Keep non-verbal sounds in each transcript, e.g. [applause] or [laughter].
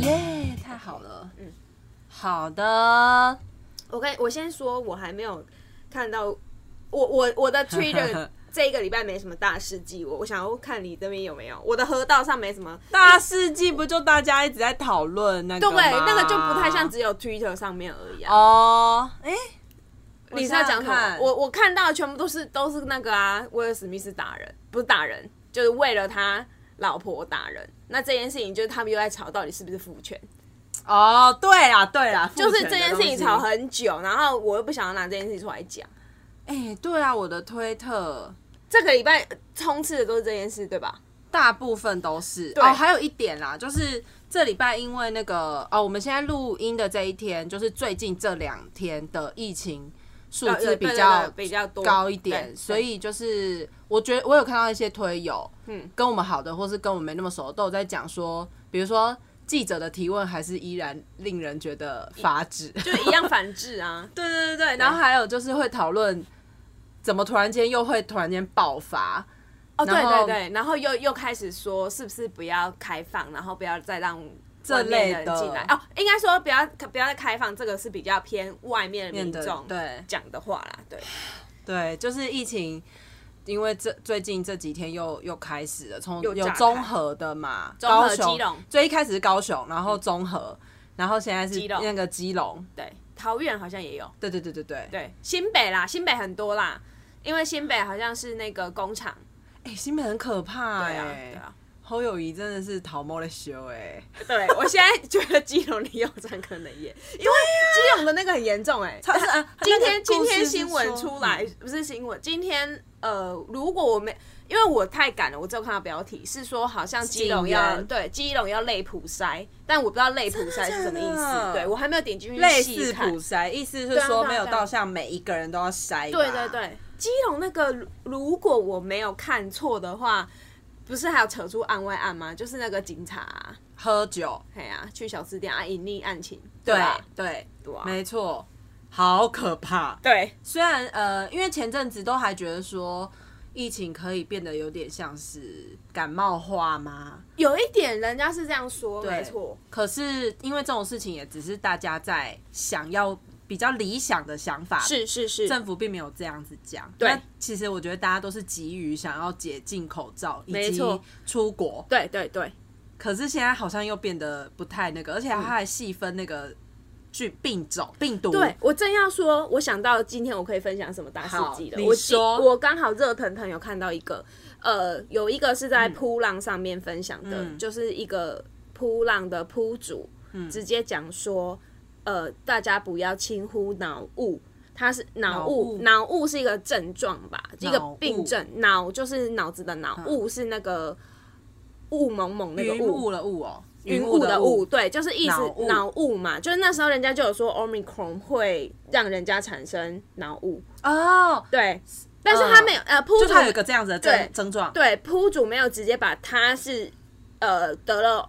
耶、太好了。嗯，好的。我跟我先说，我还没有看到我我 [laughs] 我的 Twitter 这一个礼拜没什么大事迹，我我想要看你这边有没有我的河道上没什么， [laughs] 大事记不就大家一直在讨论那个对吗？不对？那个就不太像只有 Twitter 上面而已啊。哦。哎、你是要讲什我想么想？看我我看到的全部都是都是那个啊，威尔史密斯打人，不是打人，就是为了他老婆打人。那这件事情就是他们又在吵，到底是不是父权？哦，对啦，对啦，就是父权的这件事情东西吵很久，然后我又不想要拿这件事情出来讲。哎、对啊，我的推特这个礼拜呃冲刺的都是这件事，对吧？大部分都是哦，还有一点啦，就是这礼拜因为那个哦，我们现在录音的这一天，就是最近这两天的疫情数呃字对比对较对比较多高一对点，对所以就是我觉得我有看到一些推友，嗯，跟我们好的或是跟我们没那么熟的，都有在讲说，比如说记者的提问还是依然令人觉得发 [laughs] 指， [laughs] 就一样反制啊 [laughs] 。对对对对，然后还有就是会讨论怎么突然间又会突然间爆发，哦，对然后对对，然后又又开始说是不是不要开放，然后不要再让这类的外面人进来哦，应该说不要不要再开放，这个是比较偏外面的民的众对讲的话啦， [sighs] 对。对，就是疫情，因为这最近这几天又又开始了，从又有炸开综合的嘛，综合高雄基隆最一开始是高雄，然后综合，然后现在是基隆那个基隆，对，桃园好像也有，对对对对对。对，新北啦，新北很多啦，因为新北好像是那个工厂，哎、新北很可怕哎、对啊，对啊，侯友谊真的是逃猫的修哎，对我现在觉得基隆的右站可能也，因为基隆的那个很严重哎、他是啊 [laughs] 今那天个故今事天是新闻说嗯出来不是新闻，今天呃，如果我没因为我太赶了，我只有看到标题是说好像基隆禁要言对基隆要类普筛，但我不知道类普筛是什么意真的假思，的对我还没有点进去类细似看普筛，意思是对啊说对啊没有对啊到像每一个人都要筛吧，对对对，基隆那个如如果我没有看错的话，不是还有扯出案外案吗？就是那个警察、啊，喝酒，哎呀、去小吃店啊隐匿案情，对吧？对，对啊没错，好可怕，对虽然呃，因为前阵子都还觉得说疫情可以变得有点像是感冒化嘛，有一点人家是这样说，没错，可是因为这种事情也只是大家在想要比较理想的想法，是是是，政府并没有这样子讲。对那其实我觉得大家都是急于想要解禁口罩以没及错出国，对对对，可是现在好像又变得不太那个，而且嗯它还细分那个菌病种病毒，对我正要说，我想到今天我可以分享什么大事好迹的。你我今说我刚好热腾腾有看到一个，呃，有一个是在嗯扑浪上面分享的，就是一个扑浪的扑主，嗯直接讲说，呃，大家不要轻忽脑雾。它是脑雾，脑雾是一个症状吧，一个脑雾嗯病症。脑就是脑子的脑，雾是那个雾蒙蒙那个云雾了雾哦，云雾雾的雾，雾，对，就是意思脑雾脑雾嘛，就是那时候人家就有说 omicron 会让人家产生脑雾，哦，对，但是他没有、呃铺就主它有一个这样子的对症症状，对铺主没有直接把他是呃得了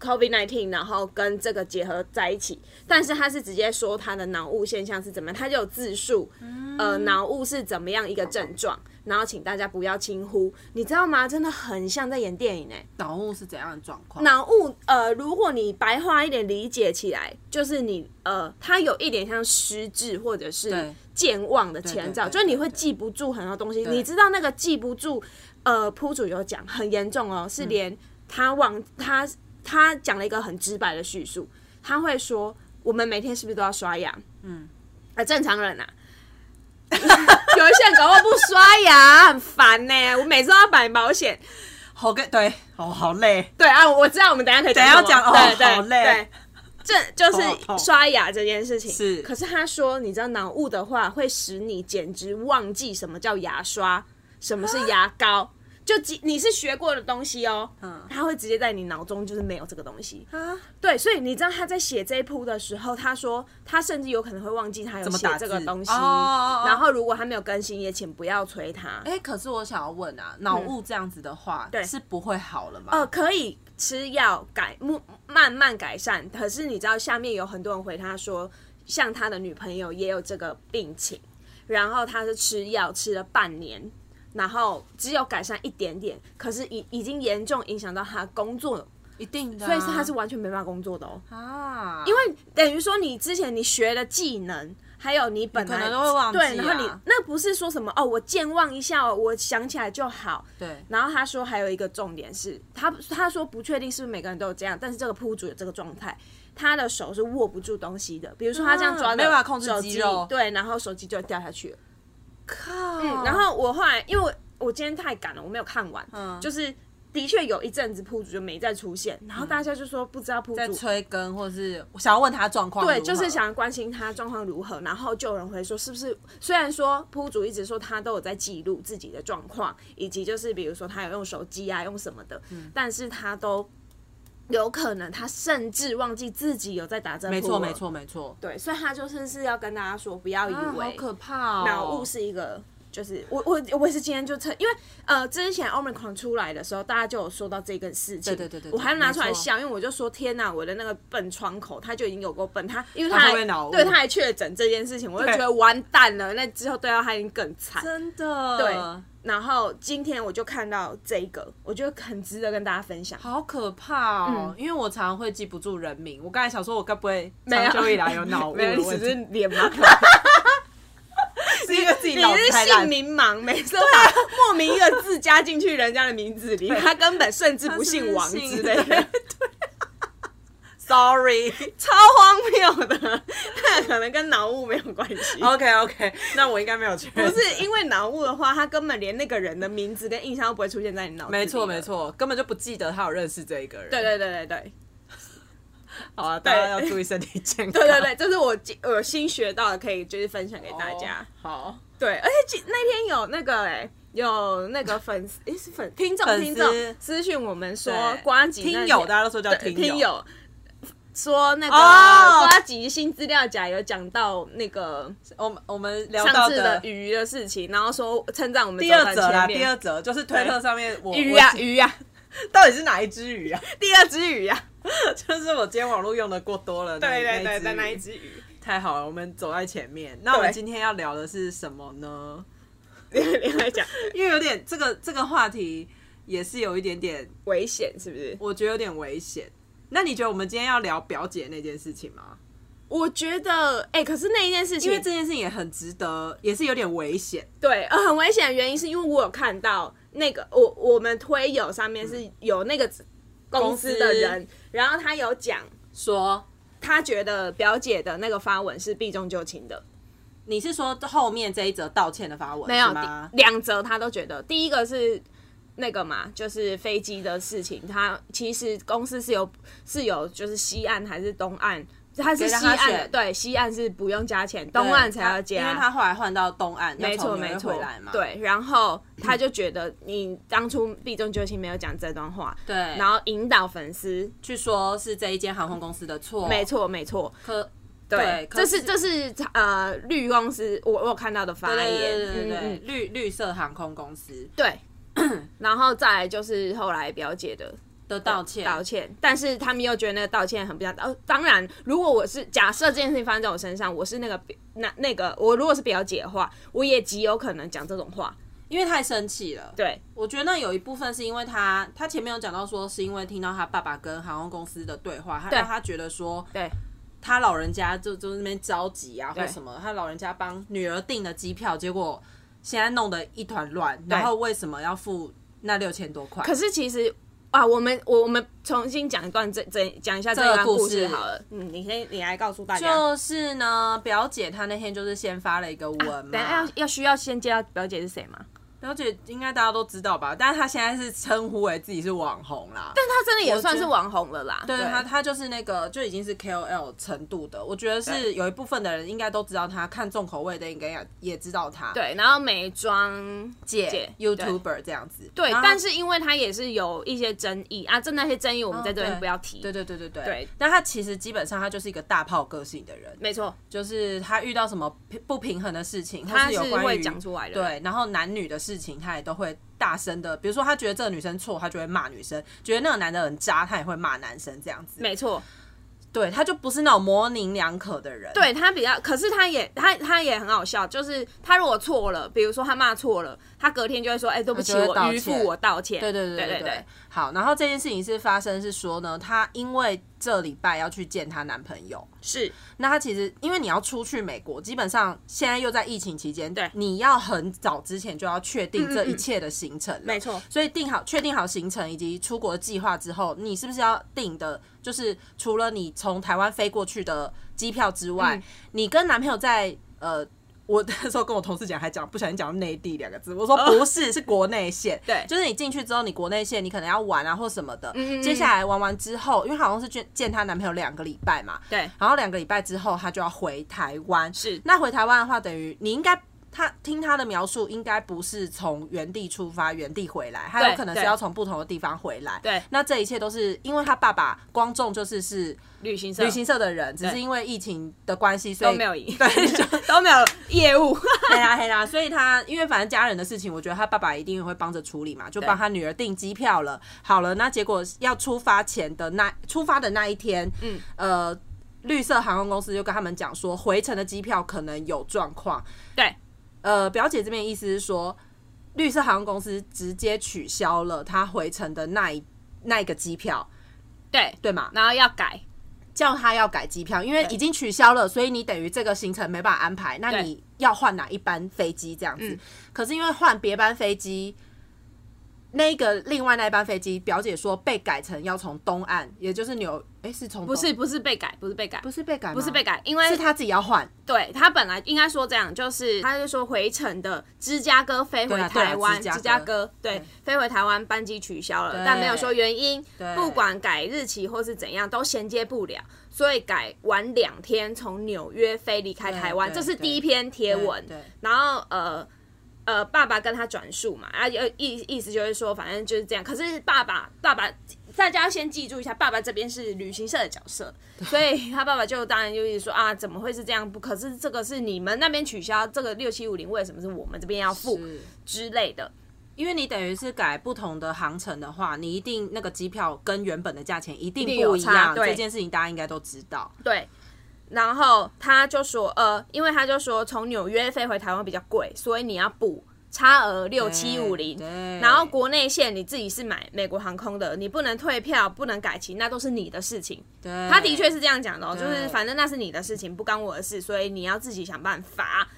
covid nineteen 然后跟这个结合在一起，但是他是直接说他的脑雾现象是怎么样，他就有自述，呃嗯脑雾是怎么样一个症状，然后请大家不要轻忽，你知道吗？真的很像在演电影哎、脑雾是怎样的状况？脑雾，呃，如果你白话一点理解起来，就是你呃，它有一点像失智或者是对健忘的前兆，对对对就是你会记不住很多东西。对你知道那个记不住，呃，铺主有讲很严重哦，是连他忘、他他讲了一个很直白的叙述，他会说我们每天是不是都要刷牙？嗯，啊，正常人啊。 [laughs] 有一些人搞不好不刷牙，很烦呢、我每次都要买保险，好跟对，哦，好累，对啊，我知道，我们等一下可以等一下什么讲哦对对好累对，这就头好痛是刷牙这件事情。是可是他说，你知道脑雾的话，会使你简直忘记什么叫牙刷，什么是牙 [gasps] 膏，就即你是学过的东西哦，嗯他会直接在你脑中就是没有这个东西。啊，对，所以你知道他在写这一铺的时候，他说他甚至有可能会忘记他有么写打这个字东西，哦哦哦然后如果他没有更新，也请不要催他。哎、可是我想要问啊，脑雾这样子的话，嗯对是不会好了吗？呃，可以吃药改，慢慢慢改善。可是你知道，下面有很多人回他说，像他的女朋友也有这个病情，然后他是吃药吃了半年，然后只有改善一点点，可是已已经严重影响到他工作，一定的啊、所以是他是完全没办法工作的哦。啊，因为等于说你之前你学的技能，还有你本来你可能都会忘记啊对，然后你那不是说什么哦，我健忘一下、哦，我想起来就好。对，然后他说还有一个重点是，他他说不确定是不是每个人都有这样，但是这个铺主有这个状态，他的手是握不住东西的，比如说他这样抓的、嗯没办法控制肌肉对，然后手机就掉下去了。嗯靠，然后我后来因为我我今天太赶了，我没有看完，嗯就是的确有一阵子铺主就没再出现，然后大家就说不知道铺在主催更，或是想要问他状况如何，对，就是想关心他状况如何，然后就有人会说，是不是？虽然说铺主一直说他都有在记录自己的状况，以及就是比如说他有用手机啊，用什么的，嗯但是他都有可能，他甚至忘记自己有在打针。没错，没，错，没错，对，所以他就是是要跟大家说，不要以啊好为可怕哦，脑啊雾是一个。就是我我我也是今天就趁，因为呃之前 Omicron 出来的时候，大家就有说到这个事情，对对对对我还拿出来没错笑，因为我就说天哪，我的那个笨窗口他就已经有过笨，他因为他他会还不会脑雾对他还确诊这件事情，我就对觉得完蛋了，那之后对他他已经更惨。真的，对，然后今天我就看到这个，我觉得很值得跟大家分享。好可怕嗯哦！因为我常常会记不住人名，我刚才想说，我该不会有长久以来有脑雾 [laughs] 没有，的你只问是题？脸 [laughs] 盲，是因为自己你脑子是太姓烂，啊名盲，每次都把 [laughs] 莫名一个字加进去人家的名字里，他根本甚至不姓王他是不是之类的姓。，sorry。 [laughs] 超荒谬的，那可能跟脑雾没有关系。 OK OK，那我应该没有去。不是因为脑雾的话，他根本连那个人的名字跟印象都不会出现在你脑子。没错没。错，根本就不记得他有认识这一个人。对，对对对对好啊，大家要注意身体健康。 [laughs] 对对对，这是我今我新学到的，可以就是分享给大家。哦好，对，而且今那天有那个哎、有那个粉丝，诶是粉听众粉丝听众私讯我们说对瓜吉那听天友大家都说叫对友，听听友说那个哦瓜吉新资料夹有讲到那个我们我们聊上到次的鱼的事情，然后说称赞我们第二走则在啦，前面第二则就是推特上面我鱼啊我鱼啊，到底是哪一只鱼啊？ [laughs] 第二只鱼啊，就是我今天网络用的过多了，对对对那对，那一只鱼。只鱼，太好了，我们走在前面。那我们对今天要聊的是什么呢？你来讲因为有点这个这个话题也是有一点点，危险是不是？我觉得有点危险。那你觉得我们今天要聊表姐那件事情吗？我觉得哎、可是那一件事情，因为这件事情也很值得，也是有点危险。对呃很危险的原因是因为我有看到那个我我们推友上面是有那个公司的人，然后他有讲说他觉得表姐的那个发文是避重就轻的。你是说后面这一则道歉的发文没有是第吗？两则，他都觉得第一个是那个嘛，就是飞机的事情，他其实公司是有是有就是西岸还是东岸，他是给他西岸的，选对，西岸是不用加钱，东岸才要对他因为加。他后来换到东岸，要没错，从纽约没错回来，嘛。对。然后他就觉得你当初避重就轻，没有讲这段话，对，然然后引导粉丝，去说是这一间航空公司的错，没。错，没错，可对对，可这是是这是呃绿公司，我我有看到的发对言，对对对嗯对嗯对，绿绿色航空公司对， [clears throat] 然后再来就是后来表姐的的道歉，道歉，但是他们又觉得那个道歉很不像。呃，当然，如果我是假设这件事情发生在我身上，我是那个表那那个我如果是表姐的话，我也极有可能讲这种话。因为太生气了。对我觉得有一部分是因为他，他前面有讲到说，是因为听到他爸爸跟航空公司的对话，他对让他觉得说，对他老人家就就那边着急啊或对什么，他老人家帮女儿订的机票，结果现在弄得一团乱，然后为什么要付那六千多块？可是其实啊，我们我我们重新讲一段这这讲一下这这个段故故事事好了。嗯，你先你来告诉大家。就是呢，表姐她那天就是先发了一个文啊嘛，等一下要要需要先介绍表姐是谁吗？表姐应该大家都知道吧？但是她现在是称呼为自己是网红啦，但她真的也我算觉是得网红了啦。对对他，他就是那个就已经是 KOL 程度的，我觉得是对有一部分的人应该都知道他，看重口味的应该也也知道他，，对，然后美妆姐姐 YouTuber 这样子，对，然后但是因为它也是有一些争议啊，这那些争议我们在这边不要哦提。对对对对对对但他其实基本上他就是一个大炮个性的人，没错，就是他遇到什么不不平衡的事情，他或有是关会于讲出来的。对，然后男女的事情他也都会大声的，比如说他觉得这个女生错，他就会骂女生；觉得那个男的很渣，他也会骂男生这样子。没错，对，他就不是那种模棱两可的人。对他比较，可是他也他他也很好笑，就是他如果错了，比如说他骂错了，他隔天就会说：“哎、对不起，就会我道歉迂腐，我道歉。”对对对对对对对。好，然后这件事情是发生是说呢，她因为这礼拜要去见她男朋友，是那她其实因为你要出去美国，基本上现在又在疫情期间，对嗯你要很早之前就要确定这一切的行程了没错所以定好、确定好行程以及出国计划之后，你是不是要定的，就是除了你从台湾飞过去的机票之外，嗯你跟男朋友在呃。我那时候跟我同事讲，还讲不小心讲到内地两个字，我说不是，是国内线。哦对就是你进去之后，你国内线你可能要玩啊或什么的。嗯嗯嗯接下来玩完之后，因为好像是见见她男朋友两个礼拜嘛，对然后两个礼拜之后，她就要回台湾。是那回台湾的话，等于你应该。她听她的描述，应该不是从原地出发、原地回来，她有可能是对要从不同的地方回来。对那这一切都是因为她爸爸光仲就是是旅行社旅行社的人，只是因为疫情的关系，所都以没有赢， [laughs] 对，就都没有 [laughs] 业务。黑啦黑啦，所以他因为反正家人的事情，我觉得他爸爸一定会帮着处理嘛，就帮他女儿订机票了。好了，那结果要出发前的那出发的那一天，嗯，呃，绿色航空公司就跟他们讲说，回程的机票可能有状况。对，呃，表姐这边的意思是说，绿色航空公司直接取消了他回程的那一那一个机票，对，对吗？然后要改，叫他要改机票，因为已经取消了，所以你等于这个行程没办法安排，那对你要换哪一班飞机这样子？嗯可是因为换别班飞机，那个另外那一班飞机，表姐说被改成要从东岸，也就是纽，哎、是从不东是不是被改，不是被改，不是被改吗，不是被改，因是为他自己要换，对他本来应该说这样，就是他就说回程的芝加哥飞回对啊对啊台湾，芝加哥芝加哥对飞回台湾班机取消了对，但没有说原因对，不管改日期或是怎样都衔接不了，所以改晚两天从纽约飞离开台湾，对这对是第一篇贴文对对。然后呃。呃，爸爸跟他转述嘛，啊，有意意思就是说，反正就是这样。可是爸爸，爸爸，大家先记住一下，爸爸这边是旅行社的角色，所以他爸爸就当然就是说啊，怎么会是这样？不，可是这个是你们那边取消，这个六七五零为什么是我们这边要付是之类的？因为你等于是改不同的航程的话，你一定那个机票跟原本的价钱一定定不有一差样，对这件事情大家应该都知道。对。然后他就说，呃，因为他就说从纽约飞回台湾比较贵，所以你要补差额六七五零对。然后国内线你自己是买美国航空的，你不能退票，不能改期，那都是你的事情。对，他的确是这样讲的、哦，就是对反正那是你的事情，不干我的事，所以你要自己想办法。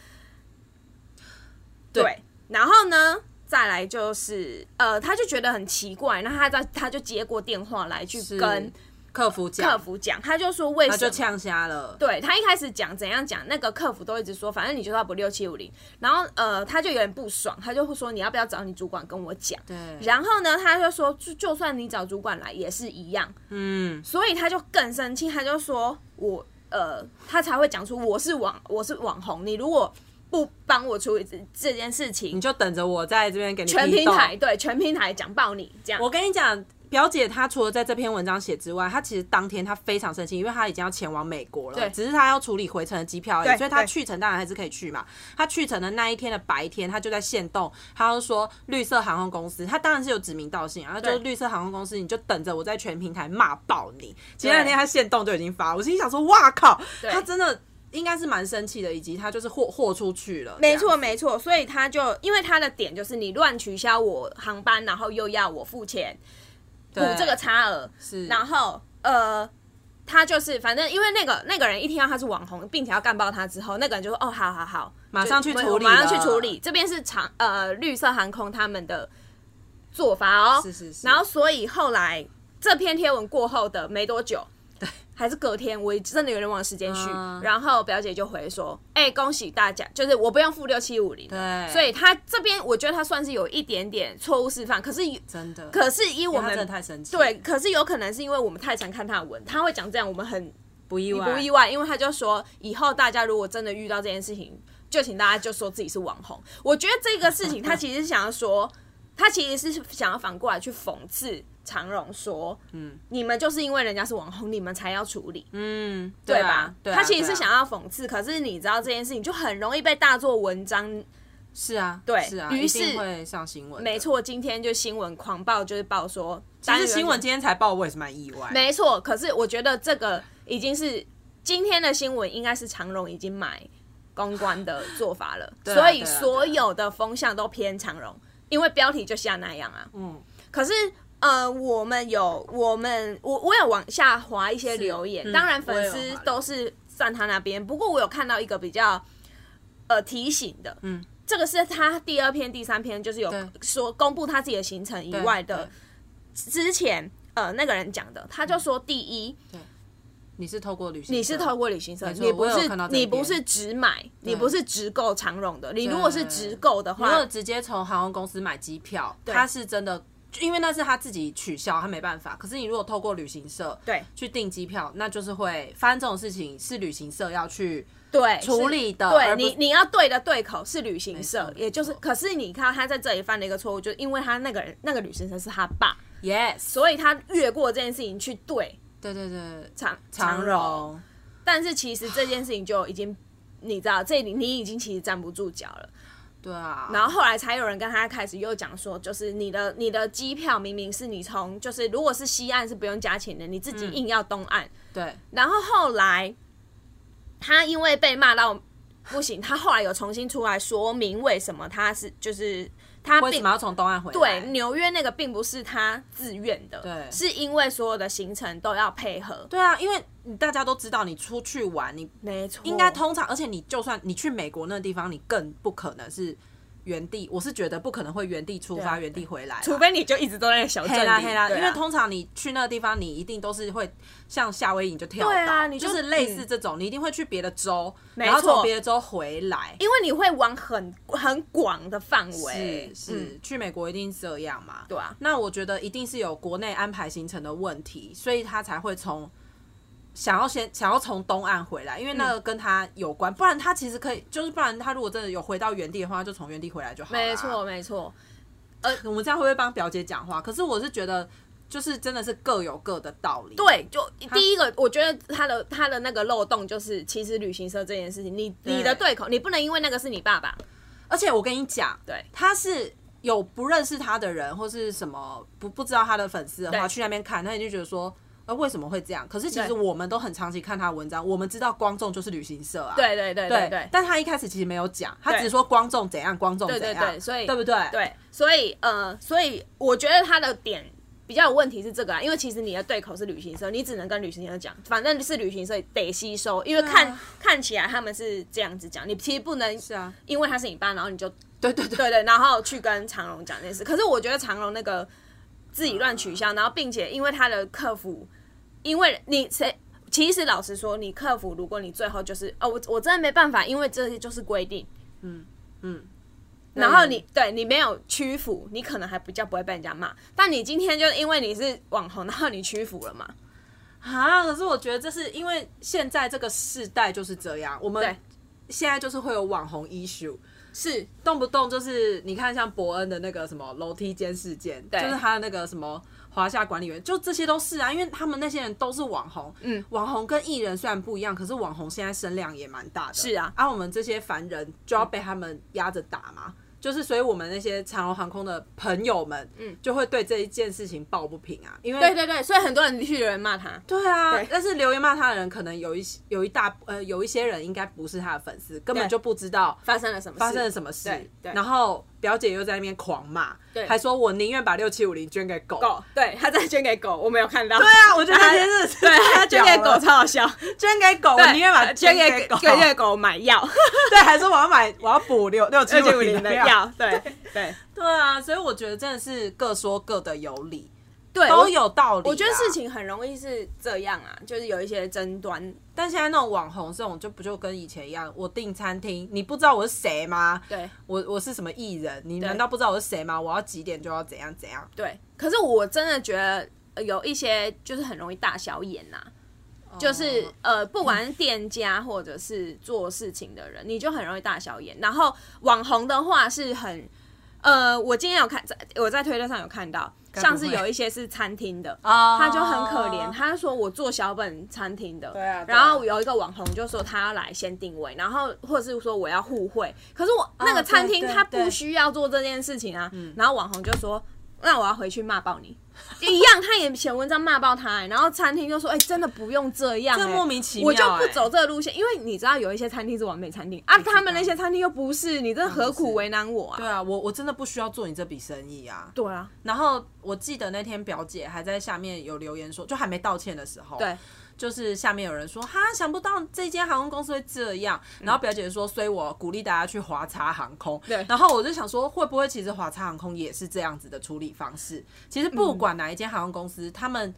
对对，然后呢，再来就是呃，他就觉得很奇怪，那他在他就接过电话来去是跟客服讲，客服讲，他就说为他什就么？呛瞎了。对他一开始讲怎样讲，那个客服都一直说，反正你就是要补六七五零。然后呃，他就有点不爽，他就会说你要不要找你主管跟我讲。对，然后呢，他就说，就就算你找主管来也是一样，嗯，所以他就更生气，他就说我呃，他才会讲出我是网我是网红，你如果不帮我处理这这件事你情，就等着我在这边给你全批平斗台。对全平台讲爆你这样。我跟你讲，表姐她除了在这篇文章写之外，她其实当天她非常生气，因为她已经要前往美国了，对只是她要处理回程的机票而已，对所以她对去程当然还是可以去嘛。她去程的那一天的白天，她就在限动，她就说绿色航空公司，她当然是有指名道姓，然后就是对绿色航空公司，你就等着我在全平台骂爆你。前两天她限动就已经发，我心里想说，哇靠，对她真的应该是蛮生气的，以及她就是豁豁出去了，没这样错，没错，所以他就因为他的点就是你乱取消我航班，然后又要我付钱补对这个差额，是，然后呃，他就是反正因为那个那个人一听到他是网红，并且要干爆他之后，那个人就说哦，好好好，马上去就处理我马上去了处理。这边是长呃绿色航空他们的做法哦，是是是然后所以后来这篇贴文过后的没多久。还是隔天，我真的有点忘了时间序。嗯然后表姐就回说：“哎、恭喜大家，就是我不用付六七五零。”对，所以他这边我觉得他算是有一点点错误示范，可是真的，可是以因我为他们真的太生气，对，，可是有可能是因为我们太常看他的文，他会讲这样，我们很不意外，不意外，因为他就说以后大家如果真的遇到这件事情，就请大家就说自己是网红。我觉得这个 [laughs] 事情他其实是想要说，他其实是想要反过来去讽刺常荣说，嗯，你们就是因为人家是网红，你们才要处理，嗯，对吧？啊对啊他其实对是啊想要讽刺，可是你知道这件事情就很容易被大做文章。是啊，对是啊，于一定是会上新闻，没。错，今天就新闻狂爆，就是爆说，其实新闻今天才报，我也是蛮意外。没错，可是我觉得这个已经是今天的新闻，应该是长荣已经买公关的做法了，啊所以对啊所有的风向都偏长荣，因为标题就下那样啊。嗯，可是呃，我们有我们我我有往下滑一些留言，嗯当然粉我也有丝滑都是站他那边，不过我有看到一个比较呃提醒的，嗯，这个是他第二篇、第三篇，就是有对说公布他自己的行程以外的对，之前。呃，那个人讲的，他就说，第一，你是透过旅行社，你是透过旅行社，嗯没错你不我是有看到这一你篇不是只买，你不是只购长荣的，你如果是只购的如果话，直接从航空公司买机票，他是真的，因为那是他自己取消，他没办法。可是你如果透过旅行社对去订机票，那就是会发生这种事情，是旅行社要去对处理的对而不是你你要对的对口是旅行没社，错也就是，没错可是你看他在这里犯了一个错误，就是因为他那个人那个旅行社是他爸， ，yes，所以他越过这件事情去对对对对，长长荣，荣，但是其实这件事情就已经。你知道，这里你已经其实站不住脚了。对啊，然后后来才有人跟他开始又讲说，就是你的你的机票明明是你从就是如果是西岸是不用加钱的，你自嗯己硬要东岸，对，然后后来他因为被骂到不行，他后来有重新出来说明为什么他是就是他为什并么要从东岸回来？对纽约那个并不是他自愿的，对是因为所有的行程都要配合，对啊，因为大家都知道，你出去玩，你没错，应该通常，而且你就算你去美国那个地方，你更不可能是原地，我是觉得不可能会原地出对发、啊原地回来啦，除非你就一直都在小镇黑里，啦黑啦，对啊因为通常你去那个地方，你一定都是会像夏威夷你就跳岛，对啊你就嗯就是类似这种，你一定会去别的州，没然后错从别的州回来。因为你会往很很广的范围嗯是，是，去美国一定是这样嘛？对啊那我觉得一定是有国内安排行程的问题，所以他才会从想要先想要从东岸回来，因为嗯那个跟他有关，不然他其实可以，就是不然他如果真的有回到原地的话，他就从原地回来就好了。没错，没错，我们这样会不会帮表姐讲话？可是我是觉得，就是真的是各有各的道理。对，就第一个，我觉得他的他的那个漏洞就是，其实旅行社这件事情，你你的对口，你不能因为那个是你爸爸，而且我跟你讲，对他是有不认识他的人或是什么不不知道他的粉丝的话，对去那边看，他也就觉得说，呃，为什么会这样？可是其实对我们都很长期看他的文章，我们知道光众就是旅行社啊，对对对对对对但他一开始其实没有讲，他对只是说光众怎样，光众对怎对样，对，所以对不对？对，所以呃，所以我觉得他的点比较有问题是这个啊，因为其实你的对口是旅行社，你只能跟旅行社讲，反正是旅行社得吸收，因为对啊看、看起来他们是这样子讲，你其实不能是啊，因为他是你爸，然后你就对对对。对对，然后去跟长荣讲这件事。可是我觉得长荣那个自己乱取消，然后并且因为他的客服，因为你谁，其实老实说，你客服如果你最后就是哦，我我真的没办法，因为这些就是规定，嗯嗯嗯，然后你对你没有屈服，你可能还比较不会被人家骂，但你今天就因为你是网红，然后你屈服了嘛？啊！可是我觉得这是因为现在这个世代就是这样，我们对现在就是会有网红 issue，是动不动就是你看像伯恩的那个什么楼梯间事件，对就是他的那个什么华夏管理员，就这些都是啊，因为他们那些人都是网红，嗯，网红跟艺人虽然不一样，可是网红现在声量也蛮大的，是啊啊，我们这些凡人就要被他们压着打嘛。就是，所以我们那些长荣航空的朋友们，嗯，就会对这一件事情抱不平啊，因为对对对，所以很多人去有人骂他，对啊，对但是留言骂他的人，可能有一些有一大呃有一些人应该不是他的粉丝，根本对就不知道发生了什么事？发生了什么事对。对然后表姐又在那边狂骂，对还说我宁愿把六七五零捐给狗。狗，对他在捐给狗，我没有看到。对啊，我觉得那件事对，他捐给狗屌了哦超好笑，捐给狗，我对，宁愿把它捐给给狗。捐给狗买药， [laughs] 对，还说我要买，我要补六六七二九五五零零的的药。药，对对对啊，所以我觉得真的是各说各的有理，对，都我。有道理。啊我觉得事，情很容易是这样啊，就是有一些争端，但现在那种网红这种就不就跟以前一样，我订餐厅，你不知道我是谁吗？对我我是什么艺人？你对难道不知道我是谁吗？我要几点就要怎样怎样？对。可是我真的觉得呃有一些就是很容易大小眼呐、哦就是呃，不管是店家或者是做事情的人，你就很容易大小眼。然后网红的话是很，呃，我今天有看，在我在推特上有看到，该不会像是有一些是餐厅的，啊他就很可怜，他说我做小本餐厅的，对啊对啊然后有一个网红就说他要来先定位，然后或者是说我要互惠，可是我那个餐厅哦对对嗯他对不需要做这件事情啊，然后网红就说。那我要回去骂爆 [laughs] 你。一样，他也写文章骂爆他、欸然后餐厅就说：“哎、真的不用这样、欸，这莫名其妙我就不欸走这个路线，因为你知道有一些餐厅是完美餐厅啊，他们那些餐厅又不是，你这何苦为难我啊？对啊，我我真的不需要做你这笔生意啊。对啊，然后我记得那天表姐还在下面有留言说，就还没道歉的时候，对，就是下面有人说哈，想不到这间航空公司会这样。然后表姐说，所以我鼓励大家去华差航空。嗯对然后我就想说，会不会其实华差航空也是这样子的处理方式？其实不管哪一间航空公司，他们。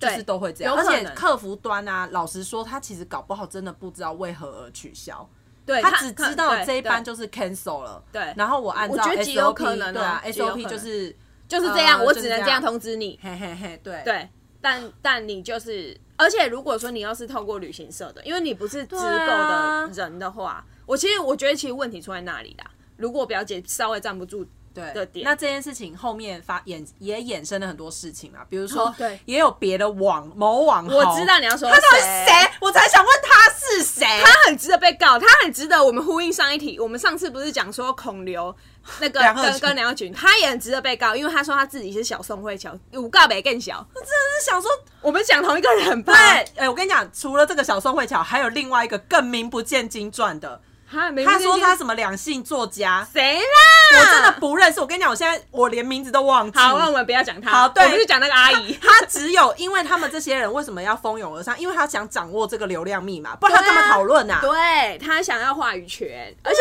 就是对都会这样，有而可且能客服端啊，老实说，他其实搞不好真的不知道为何而取消， [laughs] 对他只知道对这一班对就是 cancel 了，对然后我按照我觉得极有 SOP，可能哦对啊极有可能，SOP 就是就是这样，呃我就是只能这这样样通知你。嘿嘿嘿，对对，但但你就是，而且如果说你要是透过旅行社的，因为你不是机构啊的人的话，我其实我觉得其实问题出在那里啦。如果表姐稍微站不住，对的点那这件事情后面发衍也衍生了很多事情嘛，比如说、哦对也有别的网某网红，我知道你要说他到底谁谁，我才想问他是谁。他很值得被告，他很值得我们呼应上一题。我们上次不是讲说孔刘那个梁鹤跟群跟梁耀群，他也很值得被告，因为他说他自己是小宋慧乔，五告北更小。我真的是想说，我们讲同一个人吧对？，哎、我跟你讲，除了这个小宋慧乔，还有另外一个更名不见经传的，他没他说他什么两性作家，谁啦？我真的不认识。我跟你讲，我现在我连名字都忘记。好，那我们不要讲他，好对我们就讲那个阿姨。他只有因为他们这些人为什么要蜂拥而上？因为他想掌握这个流量密码，不然他干嘛讨论啊？对他想要话语权，而且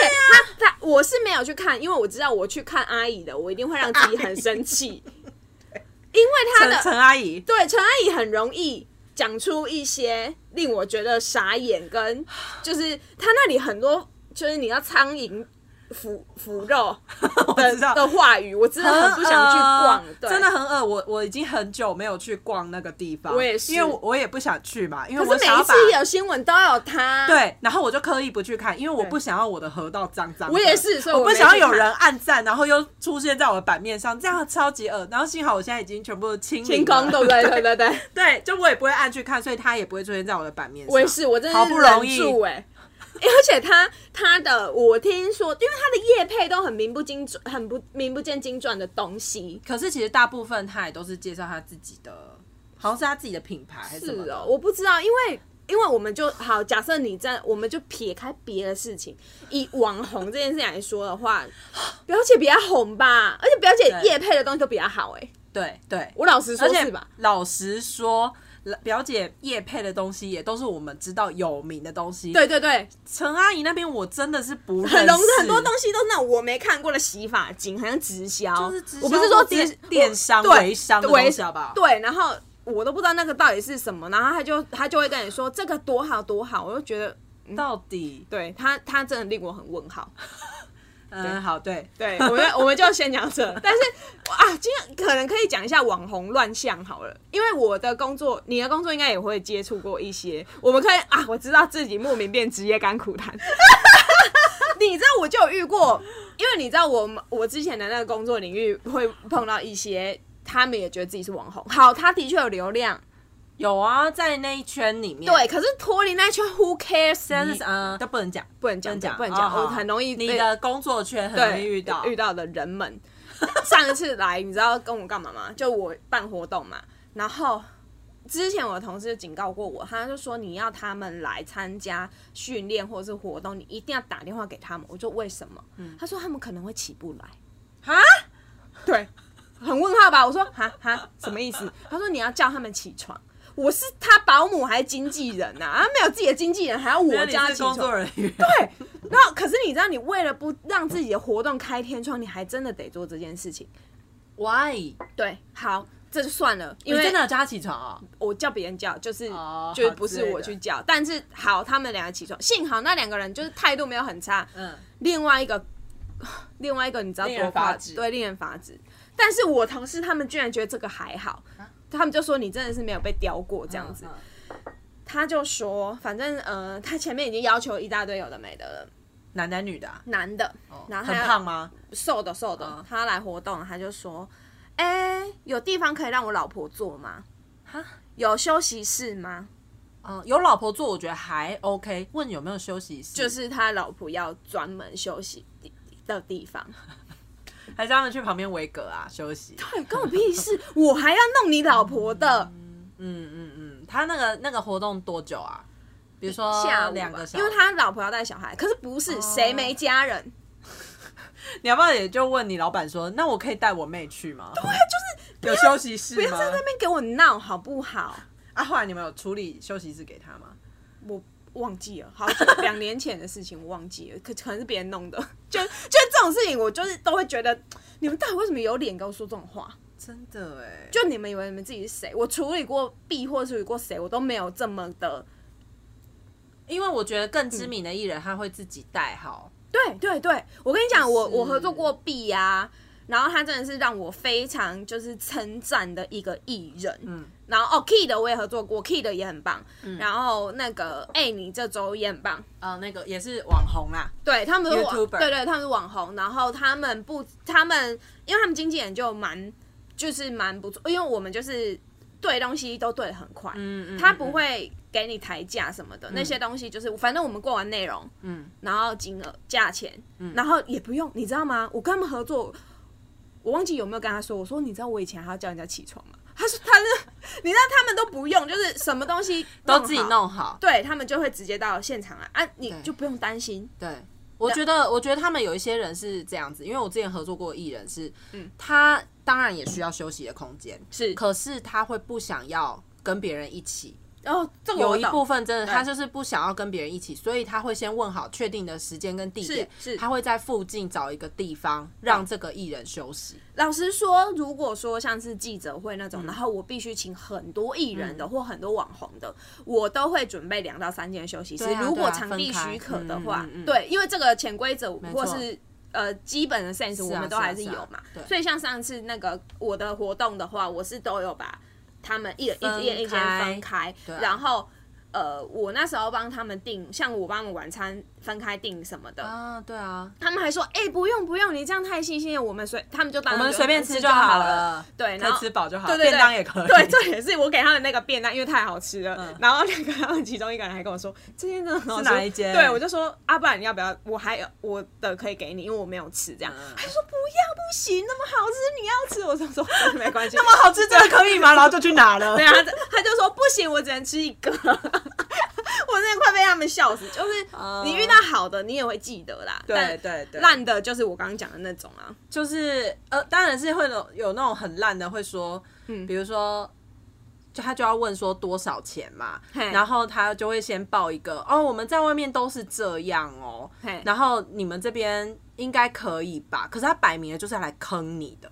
他、他我是没有去看，因为我知道我去看阿姨的，我一定会让自己很 [laughs] 生气，因为他陈的陈阿姨， [laughs] 对陈阿姨很容易讲出一些令我觉得傻眼，跟就是他那里很多就是你要苍蝇腐腐肉我的知道的话语，我真的很不想去逛，很对呃饿真的很饿。我我已经很久没有去逛那个地方，我也是因为我我也不想去嘛，因为可我是想每一要把次有新闻都有他，，对，然后我就刻意不去看，因为我对不想要我的河道脏脏的。我也是所以我我不没想去要有看人暗赞，然后又出现在我的版面上，这样超级恶。然后幸好我现在已经全部清清清空，对不对？对对对。 [laughs] 对，就我也不会按去看，所以他也不会出现在我的版面上。我也是，我真的好不容易哎、欸 [laughs] 而且他他的，我听说，因为他的业配都很名不经传，很不名不见经传的东西。可是其实大部分他也都是介绍他自己的，好像是他自己的品牌还是什么是的哦，我不知道，因为因为我们就好，假设你在，我们就撇开别的事情，以网红这件事情来说的话，表姐比较红吧，而且表姐对业配的东西都比较好哎、对对，我老实说而且是吧？老实说，表姐叶配的东西也都是我们知道有名的东西。，对对对，陈阿姨那边我真的是不认识很容很多东西都是那种我没看过的洗发精，好像直销，就是直销我不是说或者直电商对微商的东西好不好对，然后我都不知道那个到底是什么，然后他就他就会跟你说这个多好多好，我就觉得，到底，对他他真的令我很问号。嗯，好，对对，我们我们就先讲这，但是啊，今天可能可以讲一下网红乱象好了，因为我的工作，你的工作应该也会接触过一些，我们可以啊，我知道自己莫名变职业甘苦谈。 [laughs] 你知道我就有遇过，因为你知道我们我之前的那个工作领域会碰到一些，他们也觉得自己是网红，好，他的确有流量，有啊，在那一圈里面，对，，可是脱离那一圈，Who cares？但是嗯，都不能讲，不能讲，不能讲，哦我很容易你被的工作圈很容对易遇到，遇到的人们。 [laughs] 上一次来，你知道跟我干嘛吗？就我办活动嘛，然后之前我的同事就警告过我，他就说你要他们来参加训练或是活动，你一定要打电话给他们。我就为什么？他说他们可能会起不来。嗯哈，对，很问号吧？我说哈哈，什么意思？他说你要叫他们起床。我是他保姆还是经纪人呐、啊？他没有自己的经纪人，还要我那你叫他是起床工。作人 [laughs] 员，对，然后可是你知道，你为了不让自己的活动开天窗，你还真的得做这件事情。 ，why？对，好，这就算了，你因为真的有叫他起床啊？我叫别人叫，就是、哦就好不之是类我的去叫，但是好，他们两个起床，幸好那两个人就是态度没有很差，嗯，另外一个， [sighs] 另外一个你知道令多人夸发张指对，令人发指。但是我同事他们居然觉得这个还好，他们就说你真的是没有被刁过这这样子。他就说，反正呃，他前面已经要求一大堆有的没的了，男男女的啊，男的，然后很还有胖吗？瘦的瘦的，嗯他来活动，他就说：“哎、有地方可以让我老婆坐吗？哈，有休息室吗？嗯，有老婆做我觉得还 OK。问有没有休息室？就是他老婆要专门休息地的地方。”还是他们去旁边维格啊休息？对，关我屁事，我还要弄你老婆的。嗯嗯嗯，他那个那个活动多久啊？比如说下午两吧个小哦因时，为他老婆要带小孩，可是不是谁没家人，你要不要也就问你老板说，那我可以带我妹去吗？对， [laughs] 就是有休息室啊不要吗？在那边给我闹好不好？啊，后来你们有处理休息室给他吗？我忘记了，好久两年前的事情我忘记了，可可能是别人弄的。 [laughs] 就就这种事情，我就是都会觉得你们到底为什么有脸跟我说这种话？真的哎，就你们以为你们自己是谁？我处理过 B 或处理过谁，我都没有这么的。因为我觉得更知名的艺人他会自己带好，对对对，我跟你讲，我就是我合作过 B 啊，然后他真的是让我非常就是称赞的一个艺人。嗯，然后哦 Key 的我也合作过，Key 的也很棒。然后那个哎、你这周也很棒。呃，那个也是网红啊啦，对他们都是网 YouTuber 对对，他们是网红，然后他们不，他们因为他们经纪人就蛮就是蛮不错，因为我们就是对东西都对的很快，嗯嗯他不会给你抬价什么的，那些东西就是反正我们过完内容，嗯，然后金额、价钱，然后也不用，你知道吗？我跟他们合作，我忘记有没有跟他说，我说你知道我以前还要叫人家起床吗？ [laughs] 他说他是，你知道他们都不用，就是什么东西都自己嗯好，弄好。对他们就会直接到现场来啊，你对就不用担心。对，我觉得，我觉得他们有一些人是这样子，因为我之前合作过的艺人是，他当然也需要休息的空间，嗯是可是他会不想要跟别人一起，哦，这个有我一懂部分真的对他就是不想要跟别人一起，所以他会先问好确定的时间跟地点，是是他会在附近找一个地方让这个艺人休息。老实说，如果说像是记者会那种，嗯然后我必须请很多艺人的、或很多网红的，我都会准备两到三间休息室。对啊如对果啊场地分开许可的话，嗯嗯嗯对，因为这个潜规则错或是。呃，基本的 sense 我们都是啊还是有啊嘛，对所以像上次那个我的活动的话，我是都有把他们一一分一一开间啊分开，然后呃，我那时候帮他们订，像我帮他们晚餐分开订什么的，啊，对啊，他们还说，哎、不用不用，你这样太细心了，我们随他们就当我然们就随便吃吃就好好了了。，对，可然以后吃饱就好，对对对便当也可以。嗯对，这也是我给他们那个便当，因为太好吃了。然后那个他们其中一个人还跟我说，这间真的很好吃。是哪一间对，我就说，啊，不然你要不要？我还有我的可以给你，因为我没有吃。这样，嗯他就说不要，不行，那么好吃你要吃，我就说没 [laughs] 关系。 [laughs] 那么好吃真的可以吗？然后就去拿了 [laughs] 对。啊，他就他就说不行，我只能吃一个。 [laughs] 我真的快被他们笑死，就是哦你遇到好的，你也会记得啦。对但对对，烂的就是我刚刚讲的那种啊。就是呃，当然是会有有那种很烂的，会说，比如说，就他就要问说多少钱嘛，嘿然后他就会先报一个，哦，我们在外面都是这样哦嘿，然后你们这边应该可以吧？可是他摆明了就是要来坑你的，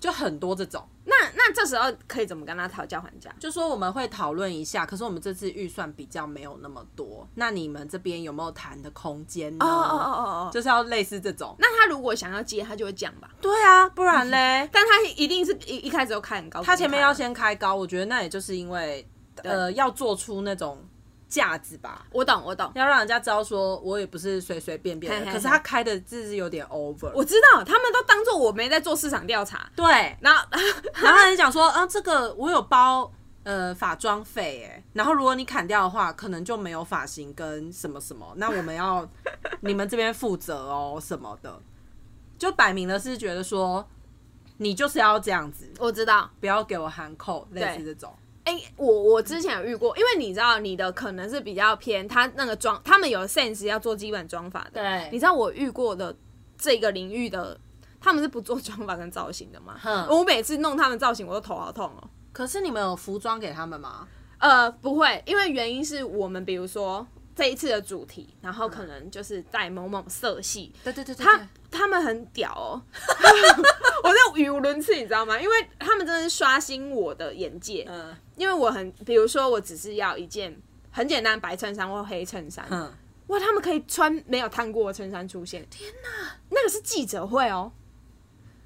就很多这种，那那这时候可以怎么跟他讨价还价？就说我们会讨论一下，可是我们这次预算比较没有那么多，那你们这边有没有谈的空间呢？哦哦哦哦哦，就是要类似这种，那他如果想要接，他就会讲吧。对啊，不然嘞。但他一定是一一开始就开很高，他前面要，先开高，我觉得那也就是因为呃要做出那种架子吧，我懂我懂，要让人家知道说我也不是随随便便嘿嘿的。嘿可是他开的字是有点 over，我知道他们都当做我没在做市场调查，对，然后 [laughs] 然后他就讲说啊这个我有包。呃，法妆费哎，然后如果你砍掉的话，可能就没有发型跟什么什么，那我们要你们这边负责哦什么的，就摆明了是觉得说你就是要这样子，我知道，不要给我含扣，类似这种。哎、我我之前有遇过，因为你知道你的可能是比较偏他那个妆，他们有 sense 要做基本妆法的，对你知道我遇过的这个领域的，他们是不做妆法跟造型的嘛，嗯我每次弄他们造型，我都头好痛哦、可是你们有服装给他们吗？呃，不会，因为原因是我们比如说这一次的主题，然后可能就是带某某色系，对对嗯对对他他们很屌哦， [laughs] 我在语无伦次，你知道吗？因为他们真的是刷新我的眼界，嗯因为我很，比如说我只是要一件很简单的白衬衫或黑衬衫，嗯，哇，他们可以穿没有烫过的衬衫出现，天哪，那个是记者会哦，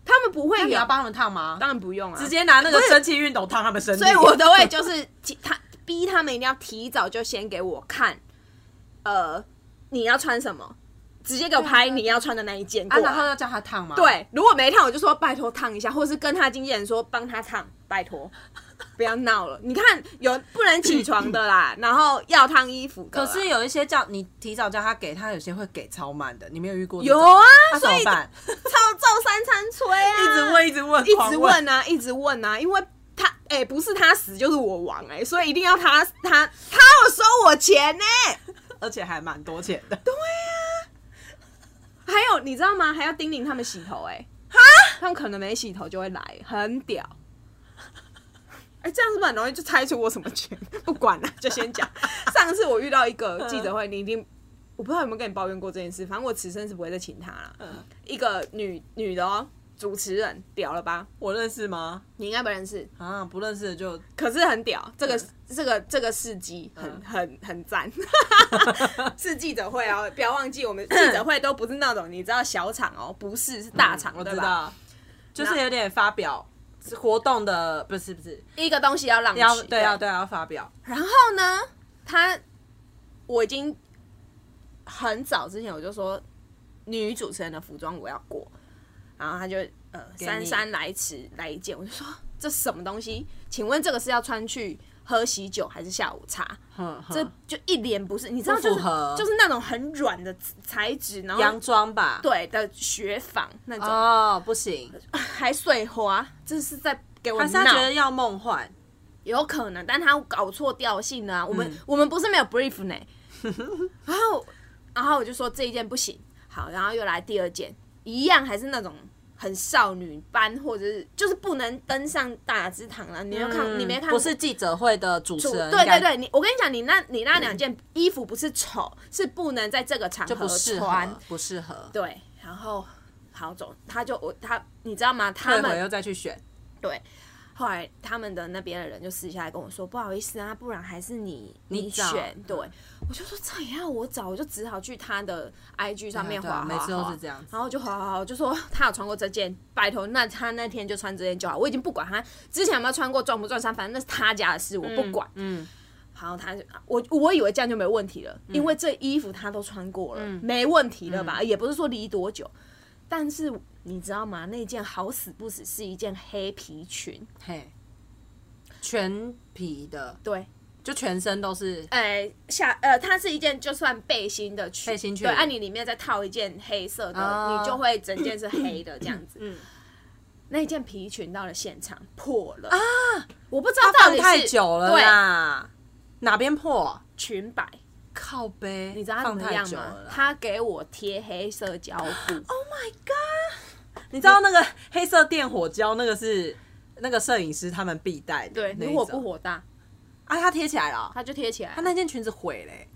他们不会那你有要，帮他们烫吗？当然不用啊，直接拿那个蒸汽熨斗烫他们身体，所以我都会就是提他逼他们一定要提早就先给我看，呃，你要穿什么。直接给我拍你要穿的那一件啊，过来然后要叫他烫吗？，对，如果没烫，我就说拜托烫一下，或者是跟他经纪人说帮他烫，拜托，不要闹了。你看有不能起床 [laughs] 的啦，然后要烫衣服的可啦，是有一些叫你提早叫他给他，有些会给超慢的，你没有遇过这有种？啊，那怎所么以办？照照三餐催啊，一直问，一直问，一狂直问。问啊，一直问啊，因为他哎、不是他死就是我亡哎、所以一定要他他他要收我钱呢、而且还蛮多钱的。还有你知道吗？还要叮咛他们洗头哎、他们可能没洗头就会来，很屌。哎、这样是不是很容易就猜出我什么群？不管了，就先讲。上次我遇到一个记者会，你一定我不知道有没有跟你抱怨过这件事，反正我此生是不会再请他了。一个女女的哦，主持人屌了吧？我认识吗？你应该不认识，啊，不认识的就可是很屌，这个、这个这个事迹很、嗯很很 [laughs] 赞，是记者会哦，不要忘记我们记者会都不是那种你知道小场哦，不是是大场，嗯我对知吧？道，就是有点发表活动的，不是不是，一个东西要让要对啊要。对要发表，然后呢，他我已经很早之前我就说女主持人的服装我要过，然后他就呃给你姗姗来迟来一件，我就说这什么东西？请问这个是要穿去喝喜酒还是下午茶？哼这哼，就一脸不是，你知道不就是符合就是那种很软的材质，然后洋装吧？对的雪纺那种，哦，不行， [laughs] 还碎花，这是在给我还是他觉闹，得要梦幻，有可能，但他搞错调性了啊、我们、嗯我们不是没有 brief 呢， [laughs] 然后然后我就说这一件不行，好，然后又来第二件，一样还是那种。很少女班，或者是就是不能登上大之堂了。你没有看，嗯你没看不过，是记者会的主持人，对对应该，对，你我跟你讲，你那你那两件衣服不是丑，是不能在这个场就合不适穿合。，不适合，对，然后好走，他就我他，你知道吗？他退回们又再去选，对，后来他们的那边的人就私下来跟我说，不好意思啊，不然还是你你找嗯选。对，我就说这也要我找，我就只好去他的 IG 上面对啊滑，对啊每次都滑是这样子然后我就滑滑滑，我就说他有穿过这件，拜托，那他那天就穿这件就好，我已经不管他之前有没有穿过撞不撞衫，反正那是他家的事，我不管。嗯，然后他就我我以为这样就没问题了，因为嗯这衣服他都穿过了，没问题了吧？也不是说离多久，但是你知道吗？那件好死不死是一件黑皮裙，嘿，全皮的，对，就全身都是，呃下呃，它是一件就算背心的裙，背心裙对，按、你里面再套一件黑色的，哦你就会整件是黑的这样子。嗯，那件皮裙到了现场破了啊！我不知道他到底放是太久了对啦，哪边破？裙摆，靠背，你知道他怎放么太样久吗哦了？啦。他给我贴黑色胶布。你知道那个黑色电火胶，那个是那个摄影师他们必带的，对那你一火种不火大，啊？他贴起来了哦，他就贴起来他。那件裙子毁嘞、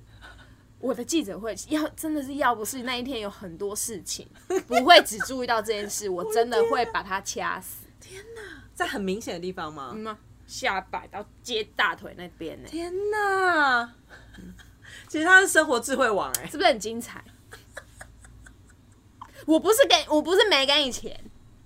我的记者会要真的是要不是那一天有很多事 [laughs] 情，不会只注意到这件事，我真的会把他掐死。在很明显的地方吗？嗯啊下摆到接大腿那边呢、天哪！ [laughs] 其实他是生活智慧王哎、是不是很精彩？我不是给我不是没给你钱，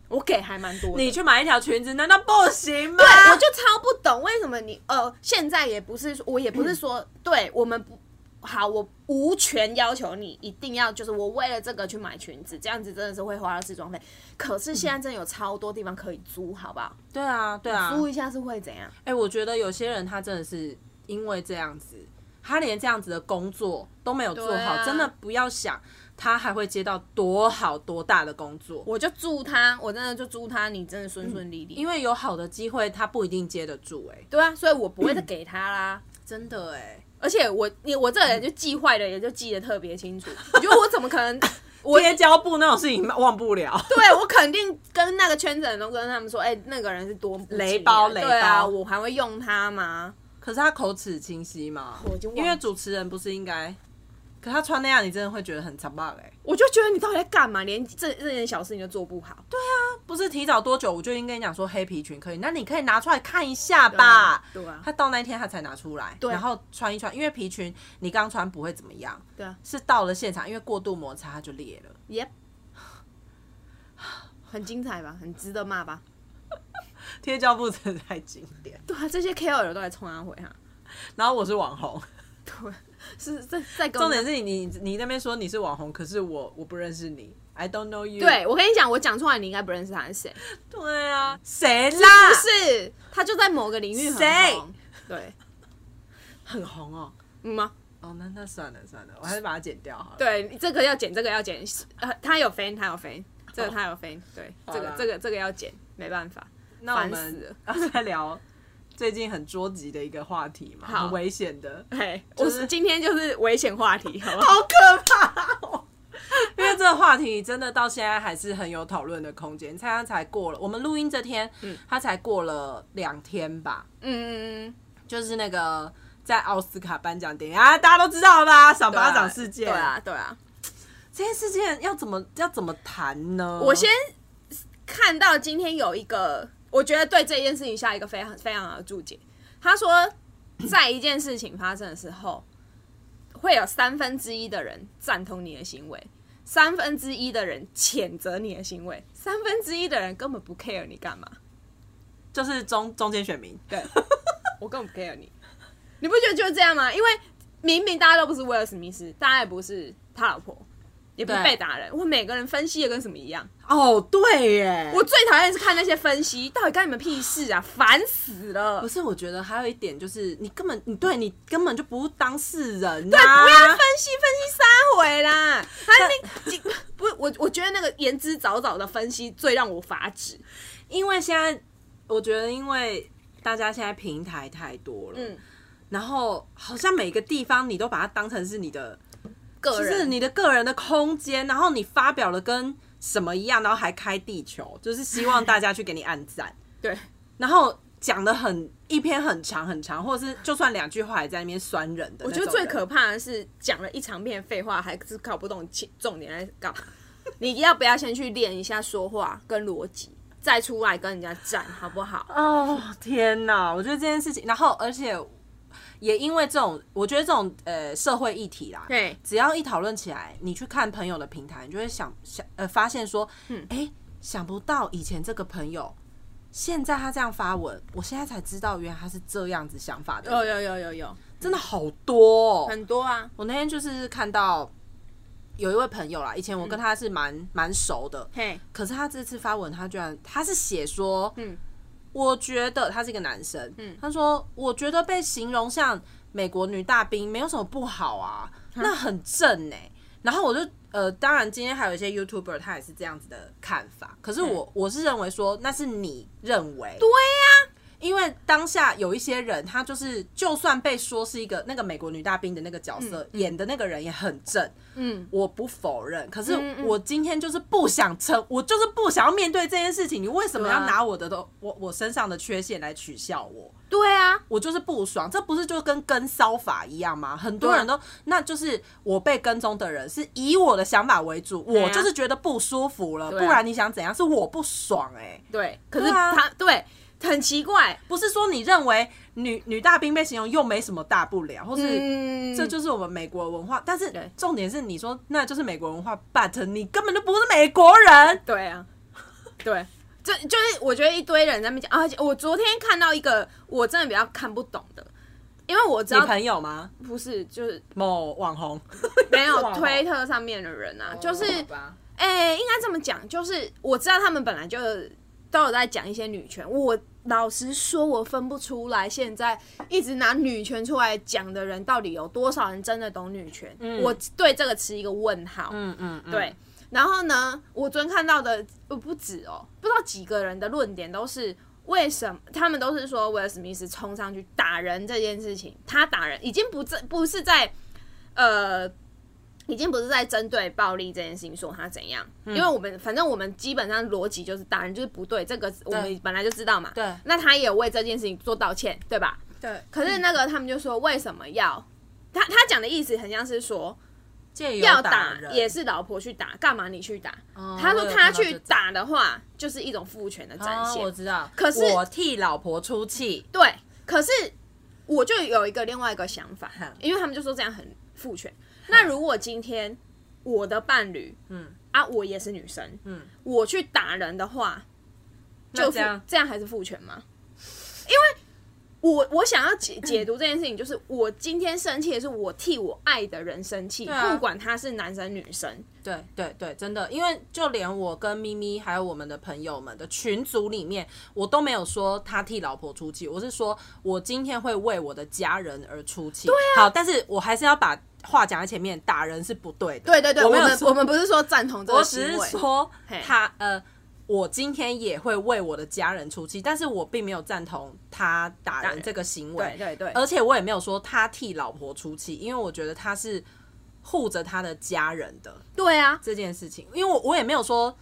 我给还蛮多的。你去买一条裙子，难道不行吗？对，我就超不懂为什么你呃，现在也不是说我也不是说 [clears throat] 对我们不好，我无权要求你一定要就是我为了这个去买裙子，这样子真的是会花到自装费。可是现在真的有超多地方可以租，好不好？对啊，对啊。租一下是会怎样？哎、我觉得有些人他真的是因为这样子，他连这样子的工作都没有做好，对啊真的不要想他还会接到多好多大的工作，我就住他，我真的就住他，你真的顺顺利利。因嗯为为有好的机会他不一定接得住哎、对啊，所以我不会再给他啦。真的哎、而且我你我这个人就记坏了，也就记得特别 [laughs] 清楚。你觉得我怎么可能？我贴胶布那种事情忘不了。对我肯定跟那个圈子人都跟他们说，哎、那个人是多不起眼雷包雷对啊，包我还会用他吗？可是他口齿清晰嘛我已经忘，因为主持人不是应该，可他穿那样，你真的会觉得很惨棒哎。我就觉得你到底在干嘛？连这这点小事你都做不好，对不是提早多久，我就已经跟你讲说黑皮裙可以，那你可以拿出来看一下吧。对啊他到那一天他才拿出来，对然后穿一穿，因为皮裙你刚穿不会怎么样，对啊是到了现场因为过度摩擦它就裂了。 ，Yep，很精彩吧，很值得骂吧？贴胶布真的太经典。对啊，这些 KOL 都来冲他回哈，然后我是网红，对，是再再给 [laughs] 我重点是你你你那边说你是网红，可是我我不认识你，I don't know you。对，我跟你讲，我讲出来你应该不认识他是谁，对啊，谁啦？不是，他就在某个领域很谁红，对，很红哦。嗯吗？哦，那那算了算了，我还是把它剪掉好了。对，这个要剪，这个要剪，呃，他有 fan，他有 fan，这个他有 fan，对，好这个啦这个这个要剪，没办法，那我烦死们了 [laughs] 要再聊最近很捉急的一个话题嘛，好很危险的，嘿，就我是是今天就是危险话题，好 [laughs] 不好？好可怕哦！ [laughs] 因为这个话题真的到现在还是很有讨论的空间。你猜它才过了，我们录音这天，嗯它才过了两天吧，嗯嗯嗯，就是那个在奥斯卡颁奖典礼啊，大家都知道了吧？赏对啊巴掌事件，对啊对啊，这件事件要怎么要怎么谈呢？我先看到今天有一个，我觉得对这件事情下一个非常非常好的注解。他说，在一件事情发生的时候，会有三分之一的人赞同你的行为，三分之一的人谴责你的行为，三分之一的人根本不 care 你干嘛。就是中中间选民， [laughs] 对，我根本不 care 你，你不觉得就是这样吗？因为明明大家都不是威尔史密斯，大家也不是他老婆，也不是对被打人，我每个人分析的跟什么一样。哦，对耶，我最讨厌是看那些分析，到底干你们屁事啊，烦死了！不对，是，我觉得还有一点就是，你根本你对你根本就不是当事人啊不呐、要分析分析三回啦，还那几不，我我觉得那个言之凿凿的分析最让我发指。因为现在我觉得，因为大家现在平台太多了，嗯，然后好像每个地方你都把它当成是你的，个就是人你的个人的空间，然后你发表了跟什么一样，然后还开地球，就是希望大家去给你按赞， [laughs] 对然后讲的很一篇很长很长，或者是就算两句话还在那边酸人的我那种人，觉得最可怕的是讲了一长篇废话，还是搞不懂其重点在干嘛。你要不要先去练一下说话跟逻辑，再出来跟人家战，好不好？哦天哪！我觉得这件事情，然后而且也因为这种，我觉得这种呃社会议题啦，对只要一讨论起来，你去看朋友的平台，你就会想想呃发现说，嗯，哎、想不到以前这个朋友，现在他这样发文，我现在才知道原来他是这样子想法的人，有有有有有，真的好多、哦。哦很多啊。我那天就是看到有一位朋友啦，以前我跟他是嗯蛮蛮、熟的，嘿，可是他这次发文，他居然他是写说，嗯我觉得他是一个男生，他说我觉得被形容像美国女大兵没有什么不好啊，那很正呢、欸然后我就呃，当然今天还有一些 YouTuber 他也是这样子的看法，可是我、我是认为说那是你认为，对呀、因为当下有一些人他就是就算被说是一个那个美国女大兵的那个角色、演的那个人也很正，嗯，我不否认，可是嗯嗯我今天就是不想承，我就是不想要面对这件事情。你为什么对啊要拿我的都我我身上的缺陷来取笑我？对啊，我就是不爽，这不是就跟跟骚法一样吗？很多对啊人都，那就是我被跟踪的人是以我的想法为主，对啊我就是觉得不舒服了，对啊不然你想怎样？是我不爽哎、对，可是对啊他对,、很奇怪，不是说你认为女女大兵被形容又没什么大不了，或是嗯，这就是我们美国文化。但是对重点是，你说那就是美国文化，but 你根本就不是美国人。对啊，对，这就是我觉得一堆人在那边讲，而且我昨天看到一个我真的比较看不懂的，因为我知你道朋友吗？不是就是某网红没有是网红推特上面的人啊，就是吧？哎、应该这么讲，就是我知道他们本来就都有在讲一些女权。我老实说，我分不出来现在一直拿女权出来讲的人，到底有多少人真的懂女权？我对这个持一个问号。嗯嗯，嗯，对，然后呢，我昨天看到的呃不止哦，不知道几个人的论点都是为什么，他们都是说威尔史密斯冲上去打人这件事情，他打人已经不在不是在呃。已经不是在针对暴力这件事情说他怎样，嗯因为我们反正我们基本上逻辑就是打人就是不对，这个我们本来就知道嘛。对那他也有为这件事情做道歉，对吧？对，可是那个他们就说为什么要他他讲的意思很像是说，借要由打人也是老婆去打，干嘛你去打？哦他我说有他看到去这种打的话，就是一种父权的展哦，现。我知道。可是嗯我替老婆出气，对，可是我就有一个另外一个想法哼，因为他们就说这样很父权。那如果今天我的伴侣，嗯啊，我也是女生，嗯，我去打人的话，那就这样父这样还是父权吗？因为我我想要解解读这件事情，就是我今天生气的是我替我爱的人生气，啊不管他是男生女生。对对对，真的，因为就连我跟咪咪还有我们的朋友们的群组里面，我都没有说他替老婆出气，我是说我今天会为我的家人而出气。对啊，好，但是我还是要把话讲在前面，打人是不对的。对对对，我没有们说我们不是说赞同这我个只行是为，说嘿他呃，我今天也会为我的家人出气，但是我并没有赞同他打打人人这个行为。对对对，而且我也没有说他替老婆出气，因为我觉得他是护着他的家人的对啊，这件事情，因为我我也没有说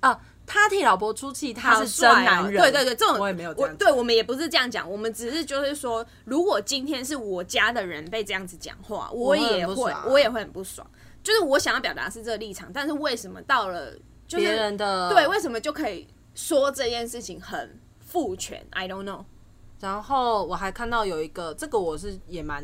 啊，他替老婆出气，他好是真帅哦男人，对对对，这种我也没有这我样讲对我们也不是这样讲，我们只是就是说，如果今天是我家的人被这样子讲话，我会很也不会爽啊我也会很不爽。就是我想要表达是这个立场，但是为什么到了就别是人的对，为什么就可以说这件事情很父权？I don't know。然后我还看到有一个，这个我是也蛮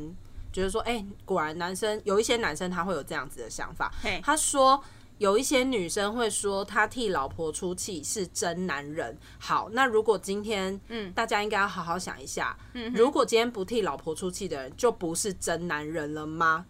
觉得说，哎、果然男生有一些男生他会有这样子的想法嘿。他说有一些女生会说，他替老婆出气是真男人。好，那如果今天，嗯，大家应该要好好想一下，嗯，如果今天不替老婆出气的人，就不是真男人了吗？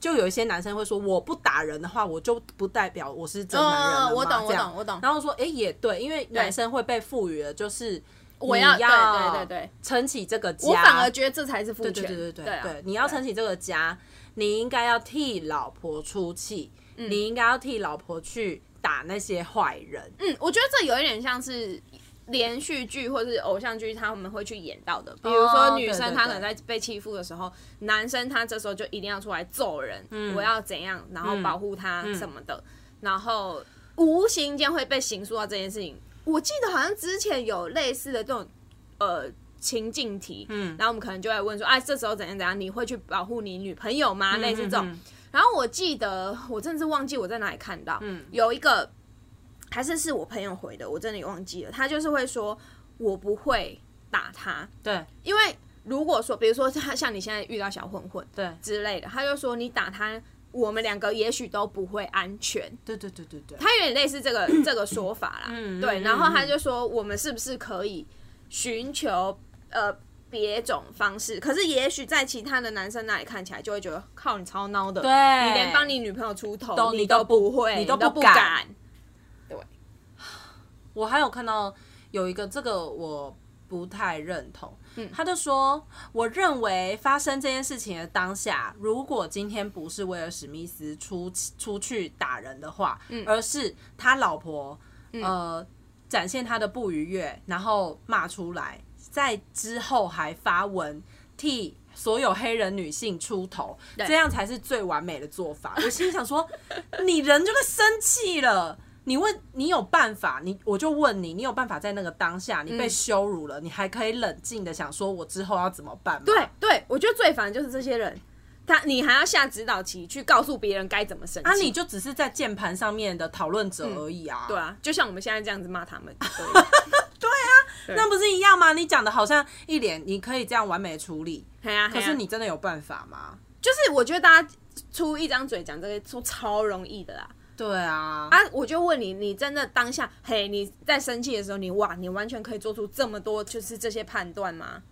就有一些男生会说，我不打人的话，我就不代表我是真男人了吗、嗯我懂这样我懂我懂然后说，哎、也对，因为男生会被赋予的就是。我你要要对对对对，撑起这个家。我反而觉得这才是父权。对对对对对啊对，你要撑起这个家，你应该要替老婆出气，嗯你应该要替老婆去打那些坏人。嗯，我觉得这有一点像是连续剧或是偶像剧，他们会去演到的。比如说女哦对生对她可能在被欺负的时候，男生他这时候就一定要出来揍人，嗯我要怎样，然后保护他什么的，然后无形间会被刑诉到这件事情。我记得好像之前有类似的这种呃情境题，嗯，然后我们可能就会问说，哎、这时候怎样怎样，你会去保护你女朋友吗？类似这种。嗯然啊后我记得，我真的是忘记我在哪里看到，有一个还是是我朋友回的，我真的也忘记了。他就是会说，我不会打他，对因为如果说，比如说他像你现在遇到小混混对之类的，他就说你打他，我们两个也许都不会安全。对对对对对，他有点类似 [coughs] 这个这个说法啦，嗯对。然后他就说，我们是不是可以寻求呃别种方式？可是也许在其他的男生那里看起来，就会觉得靠你超孬的，对你连帮你女朋友出头都你你都不不会，你你都不不敢我还有看到有一个这个我不太认同，嗯他就说，我认为发生这件事情的当下，如果今天不是威尔史密斯出出去打人的话，嗯而是他老婆、呃展现他的不愉悦，然后骂出来，在之后还发文替。所有黑人女性出头，这样才是最完美的做法。我心里想说，你人就在生气了，你问你有办法，你我就问你，你有办法在那个当下你被羞辱了，你还可以冷静的想说，我之后要怎么办吗？对对，我觉得最烦就是这些人，他你还要下指导棋去告诉别人该怎么生气。啊，你就只是在键盘上面的讨论者而已啊，对啊，就像我们现在这样子骂他们，对 [laughs] 那不是一样吗？你讲的好像一脸你可以这样完美处理，嘿啊，嘿可啊是你真的有办法吗？就是我觉得大家出一张嘴讲这个都超容易的啦。对啊，啊，我就问你，你真的当下，嘿，你在生气的时候，你哇，你完全可以做出这么多，就是这些判断吗？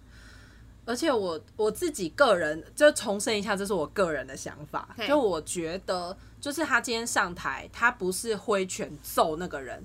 而且我我自己个人就重申一下，这是我个人的想法嘿，就我觉得就是他今天上台，他不是挥拳揍那个人，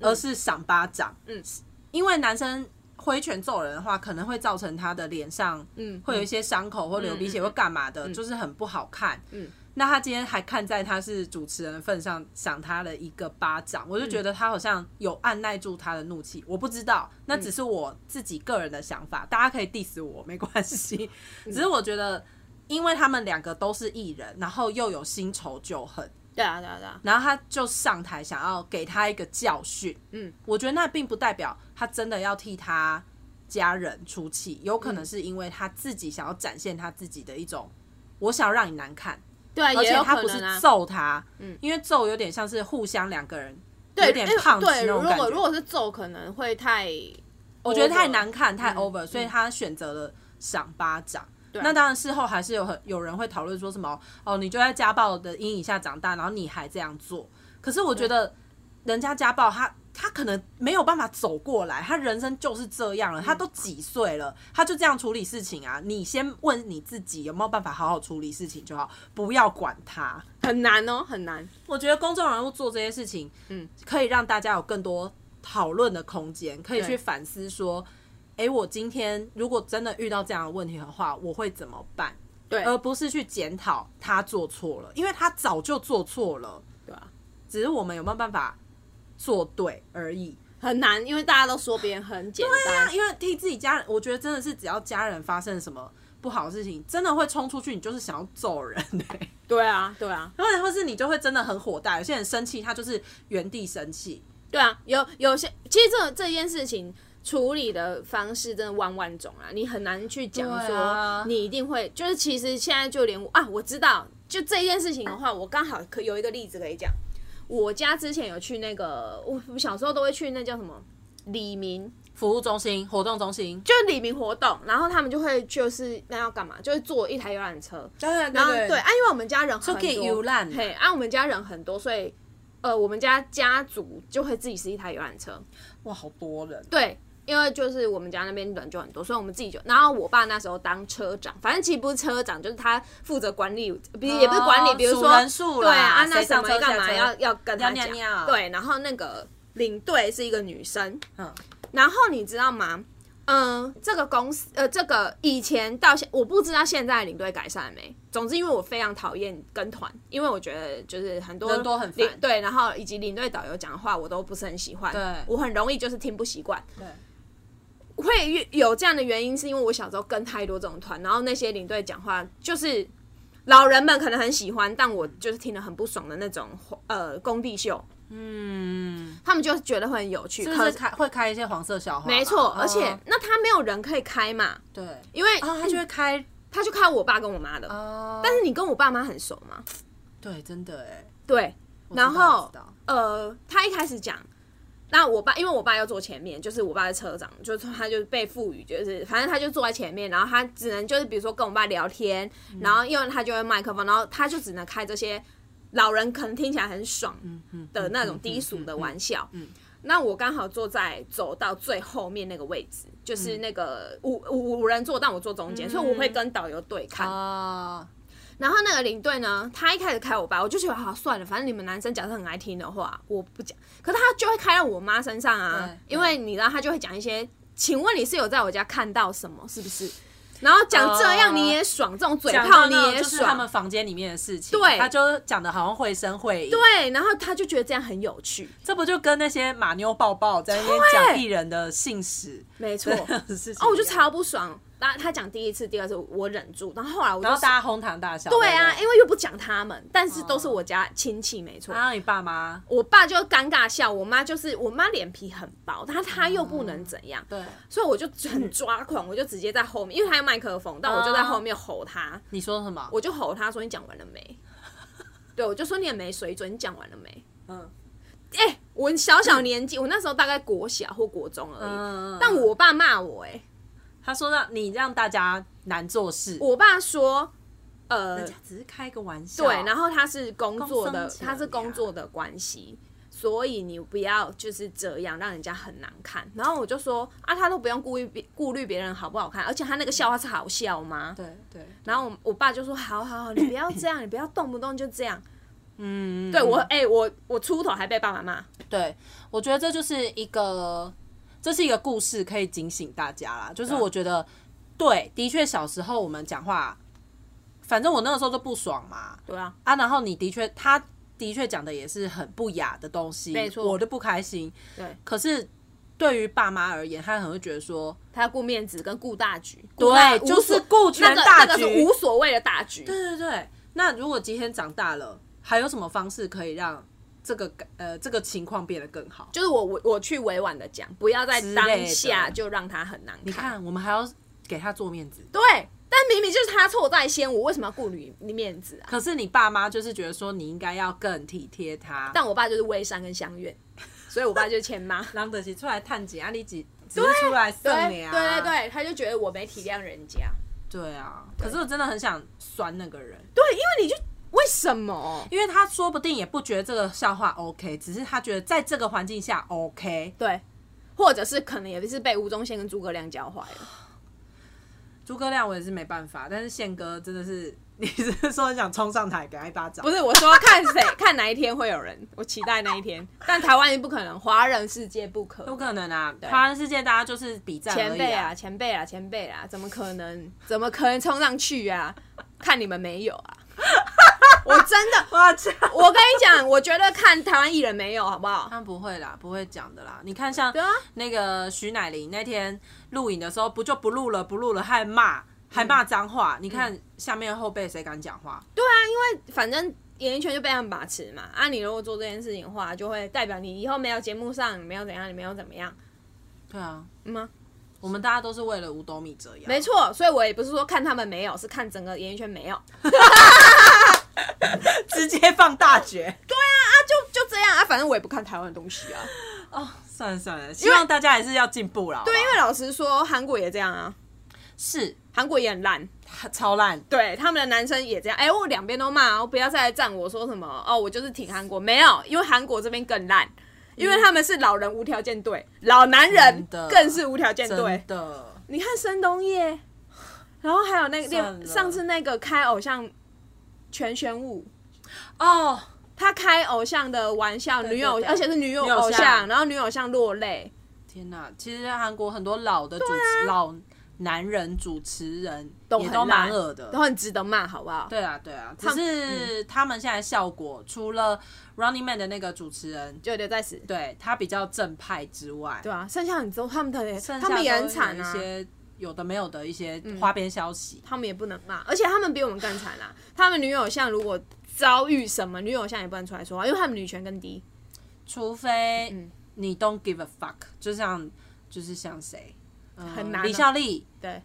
而是赏巴掌，嗯，因为男生。挥拳揍人的话，可能会造成他的脸上，嗯会有一些伤口或流鼻血或干嘛的，就是很不好看，嗯。那他今天还看在他是主持人的份上，赏他了一个巴掌，我就觉得他好像有按耐住他的怒气，我不知道，那只是我自己个人的想法，大家可以 diss 我没关系，只是我觉得，因为他们两个都是艺人，然后又有新仇旧恨，对啊，对啊，对啊，然后他就上台想要给他一个教训。嗯，我觉得那并不代表他真的要替他家人出气，有可能是因为他自己想要展现他自己的一种，我想要让你难看，对啊，而也且有他可不能是啊。揍他，嗯，因为揍有点像是互相两个人对，有点哎胖那对，如种感果如觉，果是揍，可能会太，我我觉得太难嗯看太 over，、所以他选择了赏巴掌。啊那当然，事后还是有很有人会讨论说什么哦，你就在家暴的阴影下长大，然后你还这样做。可是我觉得人家家暴他，他他可能没有办法走过来，他人生就是这样了，嗯他都几岁了，他就这样处理事情啊。你先问你自己有没有办法好好处理事情就好，不要管他。很难哦，很难。我觉得公众人物做这些事情，嗯，可以让大家有更多讨论的空间，可以去对反思说，诶，我今天如果真的遇到这样的问题的话，我会怎么办？对而不是去检讨他做错了，因为他早就做错了，对啊，只是我们有没有办法做对而已。很难，因为大家都说别人很简单，因为替自己家人，我觉得真的是只要家人发生什么不好的事情，真的会冲出去，你就是想要揍人、欸。对啊，对啊，然后或是你就会真的很火大，有些人生气他就是原地生气，对啊，有有些其实这这件事情处理的方式真的万万种啊，你很难去讲对啊说你一定会，就是其实现在就连我啊，我知道，就这件事情的话，我刚好可有一个例子可以讲。我家之前有去那个，我我小时候都会去那叫什么李明，服务中心、活动中心，就是李明活动，然后他们就会就是那要干嘛，就是坐一台游览车，对然后对啊，因为我们家人很可以多，游览啊嘿，啊，我们家人很多，所以呃，我们家家族就会自己是一台游览车，哇，好多人，对，因为就是我们家那边人就很多，所以我们自己就，然后我爸那时候当车长，反正其实不是车长，就是他负责管理，不是也不是管理，比如数说哦人数啦对啊，啊那谁什上么车干下嘛车要要跟他尿讲，尿啊对，然后那个领队是一个女生，嗯，然后你知道吗？嗯、这个公司，呃，这个以前到现，我不知道现在的领队改善了没。总之，因为我非常讨厌跟团，因为我觉得就是很多人多很烦领对，然后以及领队导游讲的话，我都不是很喜欢，对我很容易就是听不习惯。对，会遇有这样的原因，是因为我小时候跟太多这种团，然后那些领队讲话就是老人们可能很喜欢，但我就是听了很不爽的那种呃工地秀，嗯，他们就觉得会很有趣，是不可是开会开一些黄色笑话啦？没错，嗯而且哎那他没有人可以开嘛，对，因为啊，他就会开他就开我爸跟我妈的，啊，但是你跟我爸妈很熟嘛，对，真的哎，对，我知道然我后知道呃，他一开始讲，那我爸因为我爸要坐前面，就是我爸是车长，就是他就被赋予，就是反正他就坐在前面，然后他只能就是比如说跟我爸聊天，然后因为他就会麦克风，然后他就只能开这些老人可能听起来很爽的那种低俗的玩笑。那我刚好坐在走到最后面那个位置，就是那个五五五人座，但我坐中间，所以我会跟导游对看。啊，然后那个领队呢，他一开始开我爸，我就觉得好算了，反正你们男生假设很爱听的话，我不讲。可是他就会开到我妈身上啊，对因为你知道他就会讲一些，请问你是有在我家看到什么，是不是？然后讲这样哦你也爽，这种嘴讲炮到你那种也就是他们爽，房间里面的事情，对他就讲的好像绘声绘影，对。然后他就觉得这样很有趣，这不就跟那些马妞抱抱在那边讲艺人的姓氏没错这。样 [laughs] 的事情一样哦，我就超 [laughs] 不爽。他他讲第一次、第二次我忍住，然后后来我就然后大家哄堂大笑。对啊，不因为又不讲他们，但是哦都是我家亲戚，没错。然后你爸妈我爸就尴尬笑，我妈就是我妈脸皮很薄，她她又不能怎样，对所以我就很抓狂，我就直接在后面，因为她有麦克风，但我就在后面吼她，你说什么？我就吼她说你讲完了没？ [laughs] 对，我就说你也没水准，你讲完了没？嗯哎、我小小年纪，我那时候大概国小或国中而已，嗯，但我爸骂我、哎，他说让你让大家难做事，我爸说，呃，人家只是开个玩笑。对，然后他是工作的工伤，起来他是工作的关系，所以你不要就是这样让人家很难看。然后我就说啊，他都不用顾虑别顾虑别人好不好看，而且他那个笑话是好笑吗？对对，然后我我爸就说好好好，你不要这样，你不要动不动就这样。嗯，对我哎、我我出头还被爸爸骂，对，我觉得这就是一个，这是一个故事，可以警醒大家啦。就是对啊我觉得，对，的确小时候我们讲话，反正我那个时候就不爽嘛，对啊，啊，然后你的确，他的确讲的也是很不雅的东西，没错我就不开心。对，可是对于爸妈而言，他很会觉得说，他要顾面子跟顾大局，对顾大无所就是顾全大那个那个局是无所谓的大局，对对对，那如果今天长大了，还有什么方式可以让这个呃这个情况变得更好？就是我我我去委婉的讲，不要在之当类的下就让他很难看。你看，我们还要给他做面子。对，但明明就是他错在先，我为什么要顾虑你面子啊？可是你爸妈就是觉得说你应该要更体贴他，但我爸就是微商跟相怨，所以我爸就是欠 [laughs] 骂。让德喜出来探景啊，你几只是出来送你对啊，对对，他就觉得我没体谅人家。对啊！可是我真的很想酸那个人，对，因为你就为什么？因为他说不定也不觉得这个笑话 OK，只是他觉得在这个环境下 OK。对，或者是可能也是被吴宗宪跟诸葛亮教坏了。诸葛亮我也是没办法，但是宪哥真的是， [laughs] 你是说想冲上台给他一巴掌？不是，我说看 [laughs] 谁看哪一天会有人，我期待那一天。但台湾不可能，华人世界不可不能。可能啊！华人世界大家就是比战而前已辈啊啊，。前辈啊，前辈啊，怎么可能？怎么可能冲上去啊？看你们没有 [laughs] 啊！我真的，我操！我跟你讲，我觉得看台湾艺人没有，好不好？他们不会啦，不会讲的啦。你看，像对啊那个徐乃麟那天录影的时候，不就不录了，不录了，还骂，还骂脏话。你看下面后辈谁敢讲话？嗯对啊，因为反正演艺圈就被他们把持嘛。啊，你如果做这件事情的话，就会代表你以后没有节目上，你没有怎样，你没有怎么样，对啊，嗯吗？我们大家都是为了五斗米折腰。没错，所以我也不是说看他们没有，是看整个演艺圈没有。啊，直接放大绝。啊就就这样啊，反正我也不看台湾的东西啊。哦，算了算了，希望大家还是要进步啦。对，啊因好不好为老实说，韩国也这样啊，是韩国也很烂。他超烂，对，他们的男生也这样。哎、我两边都骂，我不要再来赞我说什么哦，我就是挺韩国，没有，因为韩国这边更烂，因为他们是老人无条件对，老男人真的更是无条件真对。的。你看申东烨，然后还有那个算另了上次那个开偶像全玄武，哦，他开偶像的玩笑，对女偶对而且是女偶女偶偶像像，然后女偶像落泪，天哪！其实韩国很多老的主持、老男人主持人啊都也很都蛮烂恶的，都很值得骂，好不好？对啊，对啊，只他是嗯他们现在效果，除了 Running Man 的那个主持人，就留在死。对他比较正派之外，对啊，剩下很多他们的，剩下他们也很都惨有一啊，嗯些有的没有的一些花边消息。他们也不能骂，而且他们比我们更惨啊。他们女偶像如果遭遇什么，女偶像也不能出来说话，因为他们女权更低。除嗯非你 don't give a fuck，就像就是像谁，呃很难啊李孝利。对，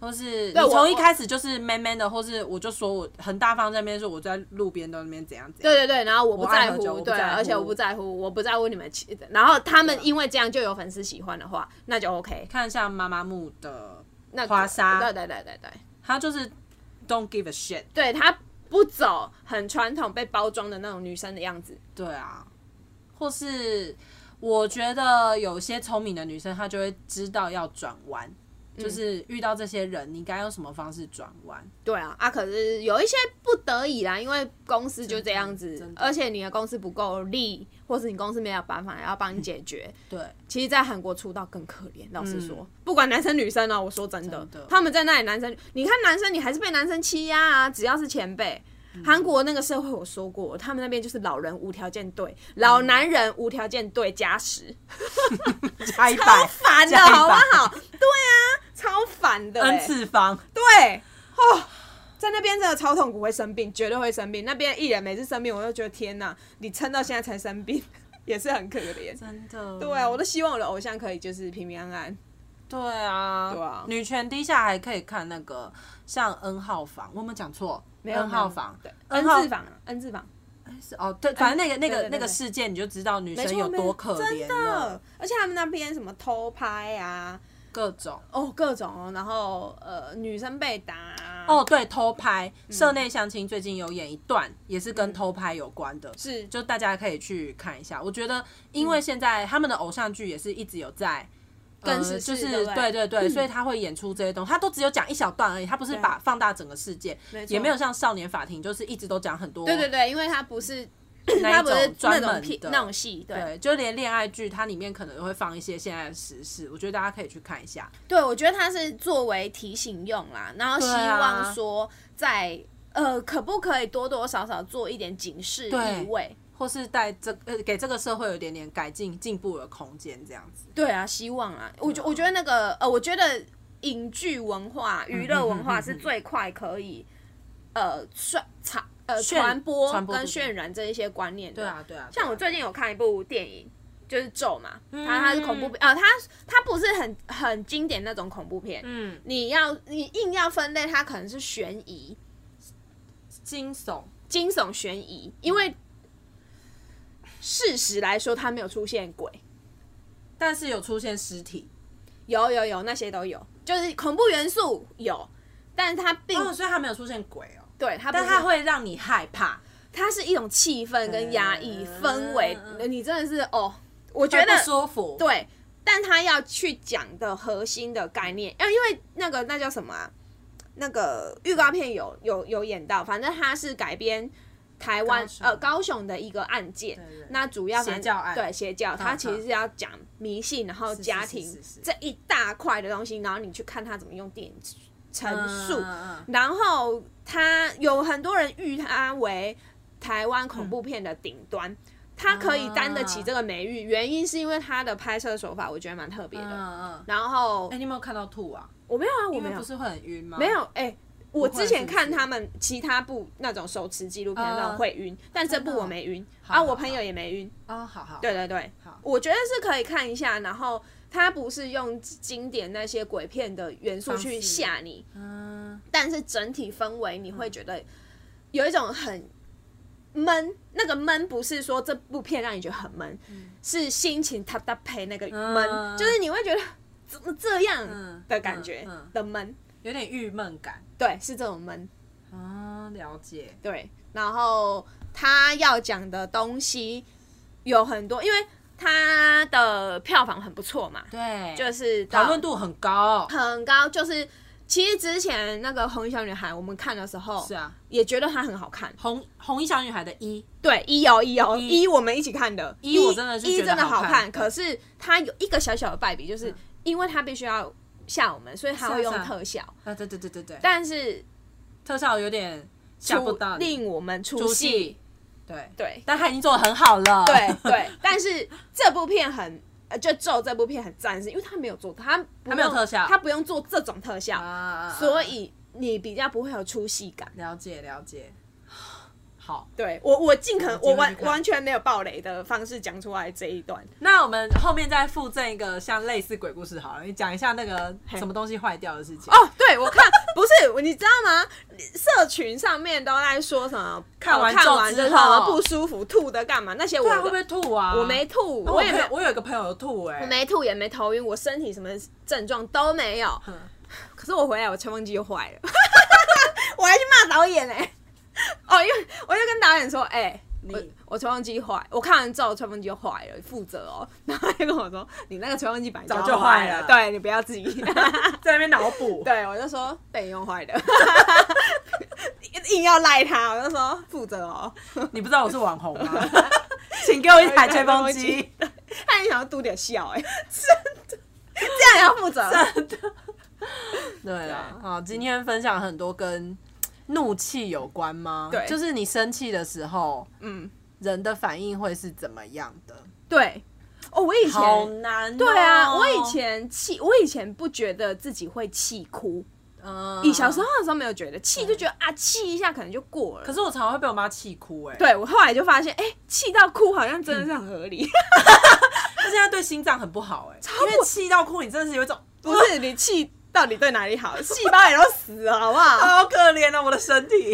或是对你我从一开始就是 man man 的，或是我就说我很大方在那边说我在路边都在那边怎样怎样，对对对，然后我不我爱在喝酒我乎，不对，在乎啊而且我不在乎，我不在乎你们气。然后他们因为这样就有粉丝喜欢的话，那就 OK。看一下妈妈木的，那华莎对对对对对，她就是 don't give a shit，对她不走很传统被包装的那种女生的样子。对啊，或是我觉得有些聪明的女生，她就会知道要转弯，嗯就是遇到这些人，你该用什么方式转弯。 [laughs] 对啊，啊，可是有一些不得已啦，因为公司就这样子真，的而且你的公司不够力，或是你公司没有办法要帮你解决。嗯对， [laughs] 嗯其实，在韩国出道更可怜。老实说，不管男生女生哦，我说真的，真的他们在那里男生，你看男生，你还是被男生欺压啊。只要是前辈，嗯韩国那个社会，我说过，他们那边就是老人无条件对，老嗯男人无条件对加十，加一超百，烦的哦加一百好不好？对啊，超烦的、 n 欸，次方，对哦。在那边真的超痛苦，会生病，绝对会生病。那边艺人每次生病，我都觉得天哪，你撑到现在才生病，也是很可 [laughs] 怜。真的，对啊，我都希望我的偶像可以就是平平安安。对啊，对啊女权低下还可以看那个像 N 号房，我有没有讲错？N 号房，嗯对，N ，N 号字房，N 字房，是哦，对，反正那个那对个对对那个对事件，你就知道女没生错有没多错可怜真了的，。而且他们那边什么偷拍啊，各种。哦，各种哦，然后呃，女生被打啊，哦，对，偷拍嗯《社内相亲》最近有演一段，也是跟偷拍有关的，是就大家可以去看一下。我觉得，因嗯为现在他们的偶像剧也是一直有在。跟呃时就事是对不对对对对，所以他会演出这些东西，他都只有讲一小段而已，他不是对把放大整个事件，错也没有像少年法庭就是一直都讲很多，对对对，因为他不是那他一不是种那专种门片的那种戏，对对，就连恋爱剧它里面可能会放一些现在的时事，我觉得大家可以去看一下。对，我觉得他是作为提醒用啦，然后希对啊望说在呃，可不可以多多少少做一点警示对意味？或是带这呃给这个社会有点点改进进步的空间，这样子。对啊，希望啊，我觉我觉得那个呃，我觉得影剧文化、娱嗯乐文化是最快可以呃传传呃渲传播传播跟出去渲染这一些观念的。对啊，对啊。像对我啊最近有看一部电影，就是《咒》嘛，它嗯它是恐怖片，呃，它它不是很很经典那种恐怖片。嗯你要你硬要分类，它可能是悬疑、惊悚，惊悚、悬疑，因为事实来说，它没有出现鬼。但是有出现尸体有有有，那些都有，就是恐怖元素有，但是它并、哦，所以他没有出现鬼哦。对他，但他它会让你害怕。它是一种气氛跟压抑嗯氛围，你真的是哦，我觉觉得得舒服，对，但他要去讲的核心的概念，呃，因为那个那叫什么啊？那个预告片有有有演到，反正他是改编台湾高雄呃高雄的一个案件对，那主要反邪教案对邪教，他其实是要讲迷信，然后家庭是是是是这一大块的东西，然后你去看他怎么用电影陈述，嗯嗯嗯然后他有很多人誉他为台湾恐怖片的顶端，他可以担得起这个美誉，原因是因为他的拍摄手法我觉得蛮特别嗯的。嗯嗯。然后哎，你有没有看到吐啊？我没有啊，我因没为有不，是会很晕吗？没有，哎。我之前看不会是不是他们其他部那种手持纪录片那种嗯会晕，但这部真的哦我没晕啊，好我好朋友也没晕。哦，好好，对对对好，我觉得是可以看一下，然后他不是用经典那些鬼片的元素方去式吓你，嗯，但是整体氛围你会觉得有一种很闷，那个闷不是说这部片让你觉得很闷，是心情搭搭配那个闷，嗯就是你会觉得怎么这样嗯的感觉嗯嗯的闷，有点郁闷感。对，是这种闷，啊，了解。对。然后他要讲的东西有很多，因为他的票房很不错嘛，对，就是到讨论度很高。很高，就是。其实之前那个《红衣小女孩》，我们看的时候是啊，也觉得它很好看，红红衣小女孩的一，对，一哦一哦一一，我们一起看的，一我真的是一觉得真的好好看嗯可是它有一个小小的败笔，就是因为它必须要吓我们，所以它会用是啊是啊特效，啊，对对对对对，但是特效有点吓不出到你。令我们出出戏，戏，对，对但他已经做的很好了。对对， [laughs] 但是这部片很。呃，就咒这部片很赞，是因为它没有做，它它它没有特效它不用做这种特 [laughs] 效，啊，所以你比较不会有出戏感。了解了解。 [sighs] 好，对我，我尽可能嗯我尽量完去看完全没有暴雷的方式讲出来这一段。那我们后面再附赠一个像类似鬼故事好了，你讲一下那个什么东西坏掉的事情。哦，对，我看不是，你知道吗？社群上面都在说什么看完哦看咒完之之后后不舒服、吐的干嘛？那些我对啊，会不的会吐啊？我没吐，哦，我也有朋没友我有一个朋友吐哎、我没吐，也没头晕，我身体什么症状都没有。嗯可是我回来，我吹风机就坏了， [laughs] 我还去骂导演嘞、哦，因为我就跟导演说，哎、我你我吹风机坏，我看完之后吹风机就坏了，负责哦。 [laughs] 然后他就跟我说，你那个吹风机本来早就就坏坏了，了对你不要自 [laughs] 己。 [laughs] 在那边脑补。 [laughs] 对，我就说被你用坏的， [laughs] 硬要赖他，我就说负责哦。你不知道我是网红吗？ [laughs] 请给我一台吹风机。他也想要嘟点笑、哎， [laughs] 真的，这样也要负责？ [laughs] 对啊，好，今天分享很多跟怒气有关吗？对就是你生气的时候，嗯，人的反应会是怎么样的？对。哦，我以前难、哦对啊，我以，前气，我以前不觉得自己会气哭，嗯以小时候，的时候没有觉得气，就觉得啊气一下可能就过了。 [laughs] 可是我常常会被我妈气哭、哎，，对我后来就发现，哎、气到哭好像真的是很合理， [laughs] 她现在对心脏很不好、哎，因为气到哭，你真的是 [laughs] 有一种不是你气到底对哪里好，细胞也都死了，好不 [laughs] 好？好可怜啊，我的身 [laughs] 体。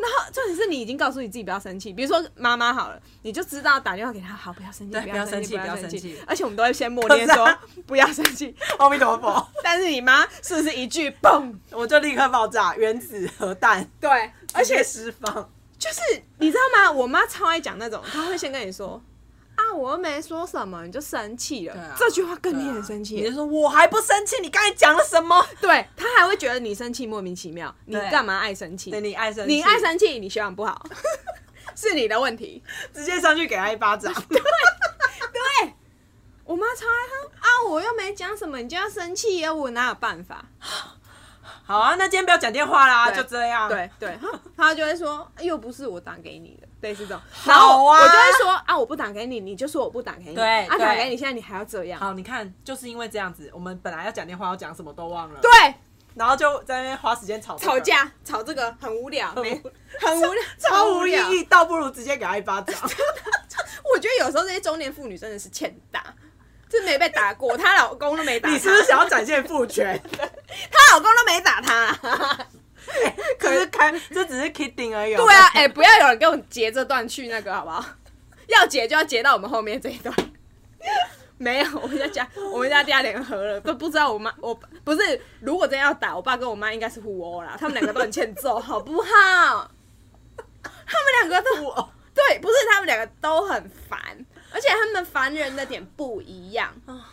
然后重点是你已经告诉你自己不要生气，比如说妈妈好了，你就知道打电话给她，好，不要生气，对要生不不要生气要不要气生气。而且我们都会先默念说不要生气，阿弥陀佛，但是你妈是不是一句嘣？我就立刻爆炸，原子核弹，对，而且释放。就是你知道吗？我妈超爱讲那种，她会先跟你说啊，我又没说什么，你就生气了。对啊这句话更令人生你气就。说我还不生气，你刚才讲了什么？对，她还会觉得你生气莫名其妙，你对干嘛爱生气？对你爱生气，你爱生气，你修养不好，是你的问题。直接上去给他一巴 [laughs] 掌。对，我妈超爱他啊！我又没讲什么，你就要生气呀？我哪有办法？好啊，那今天不要讲电话啦，对就这样。，对对， [laughs] 她她就会说哎又不是我打给你的，类似这种。 [laughs] 好然啊后我我就会说啊，我不打给你，你就说我不打给你，对啊，对打给你，现在你还要这样，好，你看，就是因为这样子，我们本来要讲电话，要讲什么都忘了，，对，然后就在那边花时间吵这个吵，架吵这个很无聊，没很无很无聊，超无意聊。义，倒不如直接给他一 [laughs] 巴掌。 [laughs] 我觉得有时候这些中年妇女真的是欠打。这没被打过，她老公都没打她，你是不是想要展现父权？她老公都没打 [laughs] 她。可是开，这 [laughs] 只是 kidding 而已。哦对啊，，哎、不要有人给我截这段去那个好不好？要截就要截到我们后面这一段。 [laughs] 没有，我们家 [laughs] 家我们家家联合了，都不知道我妈我不是，如果真要打，我爸跟我妈应该是互殴啦，他们两个都很欠揍，好不好？ [laughs] 他们两个都我对，不是他们两个都很烦，而且他们烦人的点不一样，啊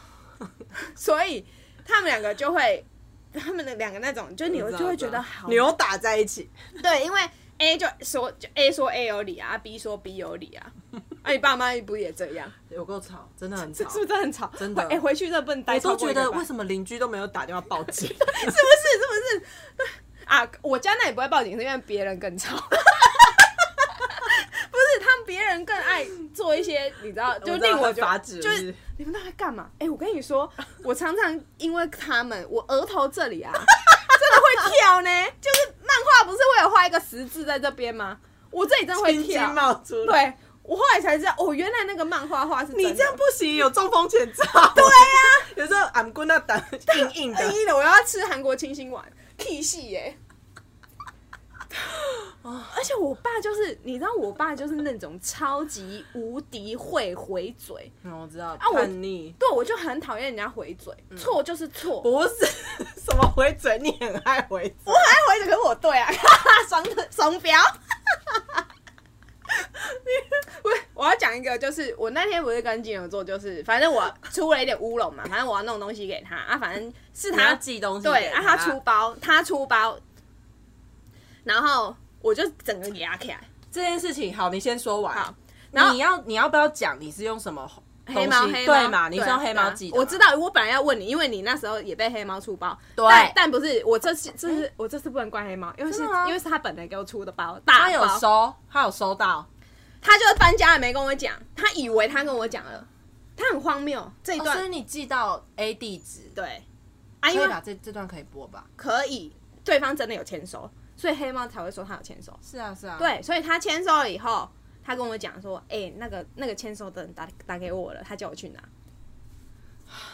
[laughs] 所以他们两个就会，他们的两个那种， [laughs] 就你我知道就会我知觉道得好扭打在一起，对，因为 A 就说就 A 说 A 有理啊，B 说 B 有理啊，啊，你爸妈不也这 [laughs] 样？有够吵，真的很是吵不。是真的很吵？真的哎、回去这不能待我超都过觉一个得班。为什么邻居都没有打电话报 [laughs] 警？是不是？是不是？ [laughs] 啊，我家那也不会报警，是因为别人更吵。 [laughs] 不是，他们别人更爱做一些，你知道，就知道令我会觉发得指就是是你们到底在干嘛？哎、我跟你说，我常常因为他们，我额头这里啊， [laughs] 真的会跳呢。就是漫画不是会有画一个十字在这边吗？我这里真的会青筋跳，冒出来。对啊我后来才知道，哦，原来那个漫画画是真的你这样不行，有中风前兆。对 [laughs] 呀、有时候俺棍那打硬硬的哎，的，我要吃韩国清心丸，屁戏耶、哦而且我爸就是，你知道，我爸就是那种超级无敌会回嘴，嗯我知道，啊我叛逆对我就很讨厌人家回嘴，错就是错，不是 [laughs] 什么回嘴，你很爱回嘴我，很爱回嘴，可是我对啊， [laughs] 哈哈，双双标。我我要讲一个，就是我那天不是跟金牛座，就是反正我出了一点乌龙嘛，反正我要弄东西给他啊，反正是你要他寄东西对，给啊，他出包，他出包，然后我就整个给他起来，这件事情，好，你先说完。好然后你要你要不要讲你是用什么东西？黑猫黑猫啊对嘛？你是用黑猫寄的嘛、我知道，我本来要问你，因为你那时候也被黑猫出包，对但但不是我这次，这是我这次不能怪黑猫，因为是真的吗因为是他本来给我出的包，大包他有收，他有收到。他就是搬家了没跟我讲，他以为他跟我讲了，他很荒谬这一哦、所以段。你寄到 A 地址，对，啊，因可以为吧？这这段可以播吧？可以，对方真的有签收，所以黑猫才会说他有签收。是啊，是啊。，对，所以他签收了以后，他跟我讲说，哎、那个那个签收的人打打给我了，他叫我去拿，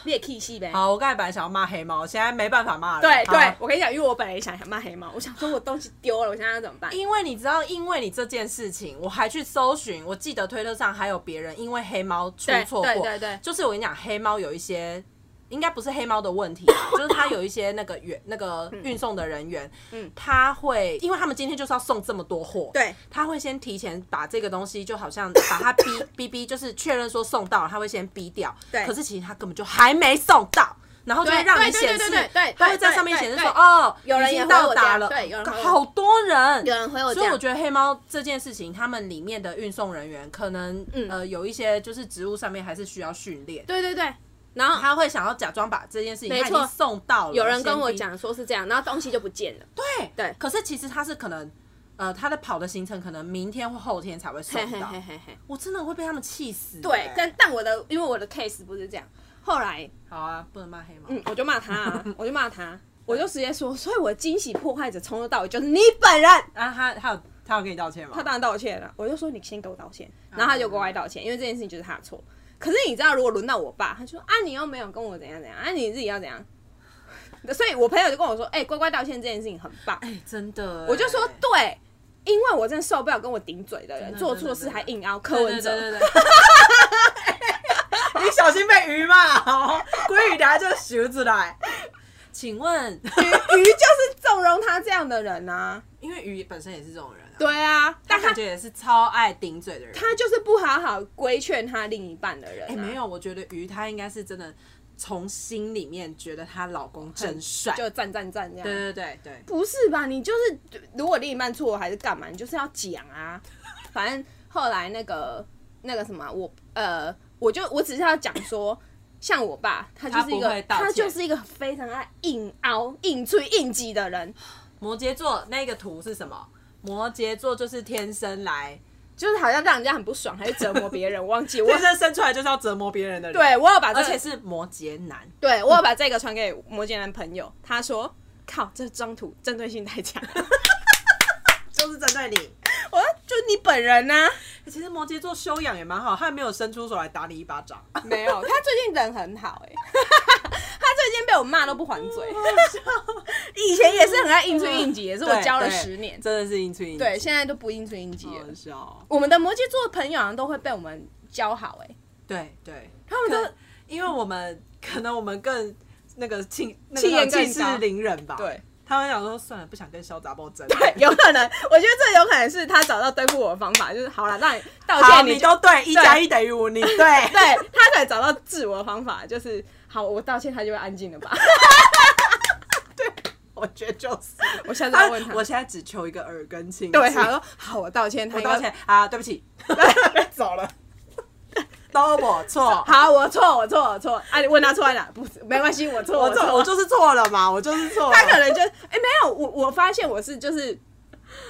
你也 K 戏呗。好，我刚才本来想要骂黑猫，现在没办法骂了。对好啊对，我跟你讲，因为我本来想想骂黑猫，我 [laughs] 想说我东西丢了，我现在要怎么办？因为你知道，因为你这件事情，我还去搜寻，我记得推特上还有别人因为黑猫出对错过，对对对就是我跟你讲，黑猫有一些。应该不是黑猫的问 [laughs] 题啊，就是它有一些那个员那个运送的人员，嗯他会，因为他们今天就是要送这么多货，对，他会先提前把这个东西，就好像 [coughs] 把它逼逼逼，就是确认说送到了，他会先逼掉，对可是其实他根本就还没送到，然后就会对让对你对显对示对对对，他会在对上面对显示对说，哦，有人已也经回到我达家了，对有人回我好多人，有人回我这所以我样，觉得黑猫这件事情，他们里面的运送人员可能、嗯呃有一些就是职务上面还是需要训练，对对对，然后他会想要假装把这件事情没他已错经送到了，有人跟我先讲说是这样，然后东西就不见了。对对可是其实他是可能呃他的跑的行程可能明天或后天才会送嘿嘿到，嘿嘿嘿，我真的会被他们气死、对欸，但但我的因为我的 case 不是这样，后来好啊，不能骂黑猫，嗯，我就骂他、 [laughs] 啊，我就骂他，我就直接说，所以我的惊喜破坏者从头到尾就是你本人。啊他他有他有跟你道歉吗？他当然道歉了，我就说你先给我道歉，啊然后他就乖乖道歉，因为这件事情就是他的错。可是你知道，如果轮到我爸，他就说啊，你又没有跟我怎样怎样，啊，你自己要怎样。 [laughs] 所以我朋友就跟我说，哎、乖乖道歉这件事情很 [laughs] 棒。哎、真的欸、我就说对，因为我真的受不了跟我顶嘴的人真的做错事还硬凹柯文对对哲。对对 [laughs] 对。你小心被鱼骂哦，鲑鱼等下就游出来。请问， [laughs] 鱼鱼就是纵容他这样的人啊，因为鱼本身也是这种人啊，对啊，但但他感觉也是超爱顶嘴的人。他就是不好好规劝他另一半的人、啊哎、没有，我觉得鱼他应该是真的从心里面觉得她老公真帅。就赞赞赞这样。对对对对，不是吧？你就是如果另一半错还是干嘛，你就是要讲啊。 [laughs] 反正后来那个那个什么啊，我呃，我就我只是要讲说，像我爸，他就是他一不会个道歉他就是一个非常爱硬凹、硬吹、硬挤的人，摩羯座那个图是什么？摩羯座就是天生来，就是好像让人家很不爽，还是折磨别人。我忘记我天 [laughs] 生生出来就是要折磨别人的人。，对我有把这而个，且是摩羯男。 [laughs] 对我有把这个传给摩羯男朋友，他说。靠，这张图针对性太强，就是针对你、欸我说就你本人啊呢、其实摩羯座修养也蛮好，他还没有伸出手来打你一巴掌。 [laughs] 没有，他最近人很好哎、 [laughs] 他最近被我骂都不还嘴。 [laughs] 以前也是很爱应出应急，也是我教了十年。真的是应出应对，现在都不应出应急了好。笑哦。我们的摩羯座朋友好像都会被我们教好哎、对对，他们都可因为我们可能我们更那个气那气焰个更气势高凌人吧，对，他们想说算了，不想跟肖杂包争，对，有可能，我觉得这有可能是他找到对付我的方法，就是好了，让你道好，歉你就都对，一加一等于五，你对， [laughs] 对他可能找到治我的方法，就是好，我道歉，他就会安静了吧？我觉得就是。 [laughs] 我下次他要问他，我现在只求一个耳根清净，对啊他说好，我道歉，他我应该道歉，啊，对不 [laughs] 起，走了。 [laughs] 都我错，好，我错，我错，我错。啊，你问他错 [laughs] 在哪？不是，没关系，我错，我错，错，我就是错了嘛，我就是错了。他可能就哎、没有，我我发现我是就是，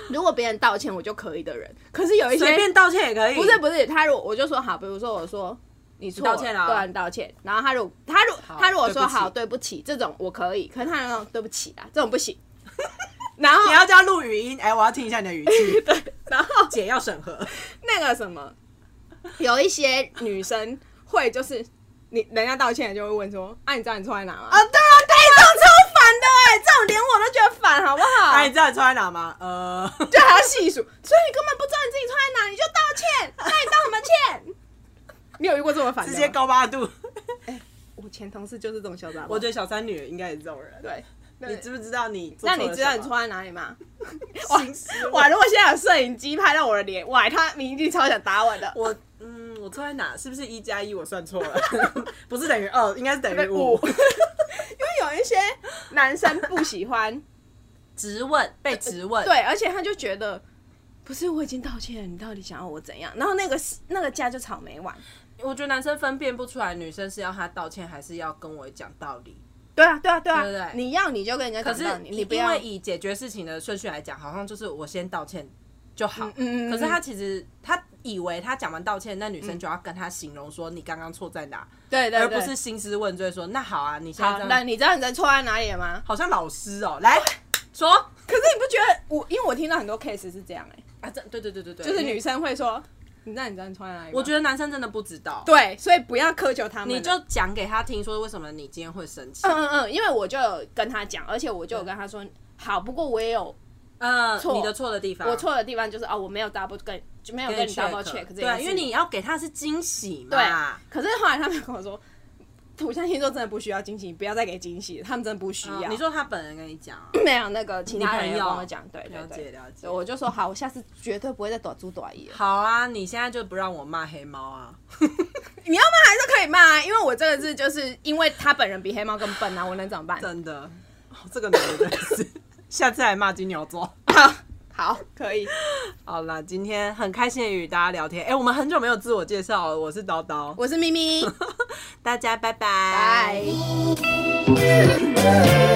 如果别人道歉我就可以的人，可是有一些随便道歉也可以，不是不是，他如果我就说好，比如说我说你错道歉了对啊，你道歉。然后他如他如好他如果说对不起好对不起这种我可以，可是他那种对不起啊这种 [laughs] 不行。然后你要叫录语音，哎，我要听一下你的语 [laughs] 气，然后姐要审核，那个什么，有一些女生会就是你人家道歉了就会问说，啊你知道你错在哪吗？啊对啊对，这种超烦的哎、这种连我都觉得烦，好不好？哎，你知道你错在哪吗？ [laughs] 呃，就还要细数，所以你根本不知道你自己错在哪，你就道 [laughs] 歉，那你道什么歉？你有遇过这么烦的直吗？接高八 [laughs] 度。我前同事就是这种嚣张，我觉得小三女应该也是这种人。对。你知不知道你？那你知道你错？在哪里吗？心思哇！如果现在有摄影机拍到我的脸，哇，他一定超想打我的。我嗯，我错在哪？是不是一加一我算错了？ [laughs] 不是等于二，应该是等于五五。 [laughs] 因为有一些男生不喜欢，直问被直问，对，而且他就觉得。不是，我已经道歉了，你到底想要我怎样？然后那个那个架就吵没完。我觉得男生分辨不出来，女生是要他道歉，还是要跟我讲道理。对啊，对啊，对啊，对对对你要你就跟人家可讲是道理，你不因要为。以解决事情的顺序来讲，好像就是我先道歉就好。嗯嗯嗯可是他其实他以为他讲完道歉，那女生就要跟他形容说你刚刚错在哪，对对对，而不是兴师问罪说那好啊，你现在好。这那样你知道你在错在哪里了吗？好像老师哦、来说可是你不觉得我？因为我听到很多 case 是这样哎、啊，这对对对对对，就是女生会说，你知道你知道你错在哪里吗？我觉得男生真的不知道，对，所以不要苛求他们了。你就讲给他听说为什么你今天会生气嗯，嗯嗯，因为我就有跟他讲，而且我就有跟他说，好，不过我也有嗯，错你的错的地方，我错的地方，就是哦，我没有 double 跟就没有给你跟你 double check check 这件事对，因为你要给他是惊喜对嘛，，可是后来他们跟我说，土象星座真的不需要惊喜，不要再给惊喜，他们真的不需嗯要。你说他本人跟你讲啊，没有那个其他人你朋有友啊跟我讲，对对了解对。了解对，。我就说好，我下次绝对不会再短租短衣 [laughs] 了。好啊，你现在就不让我骂黑猫啊！你要骂还是可以骂啊，因为我这个是就是因为他本人比黑猫更笨啊，我能怎 [laughs] 么办？真的，哦这个男的真的是，下次还骂金牛座。好，好，可以。好啦，今天很开心地与大家聊天。哎、我们很久没有自我介绍了，我是叨叨， [laughs] 我是咪咪，大家拜拜，拜。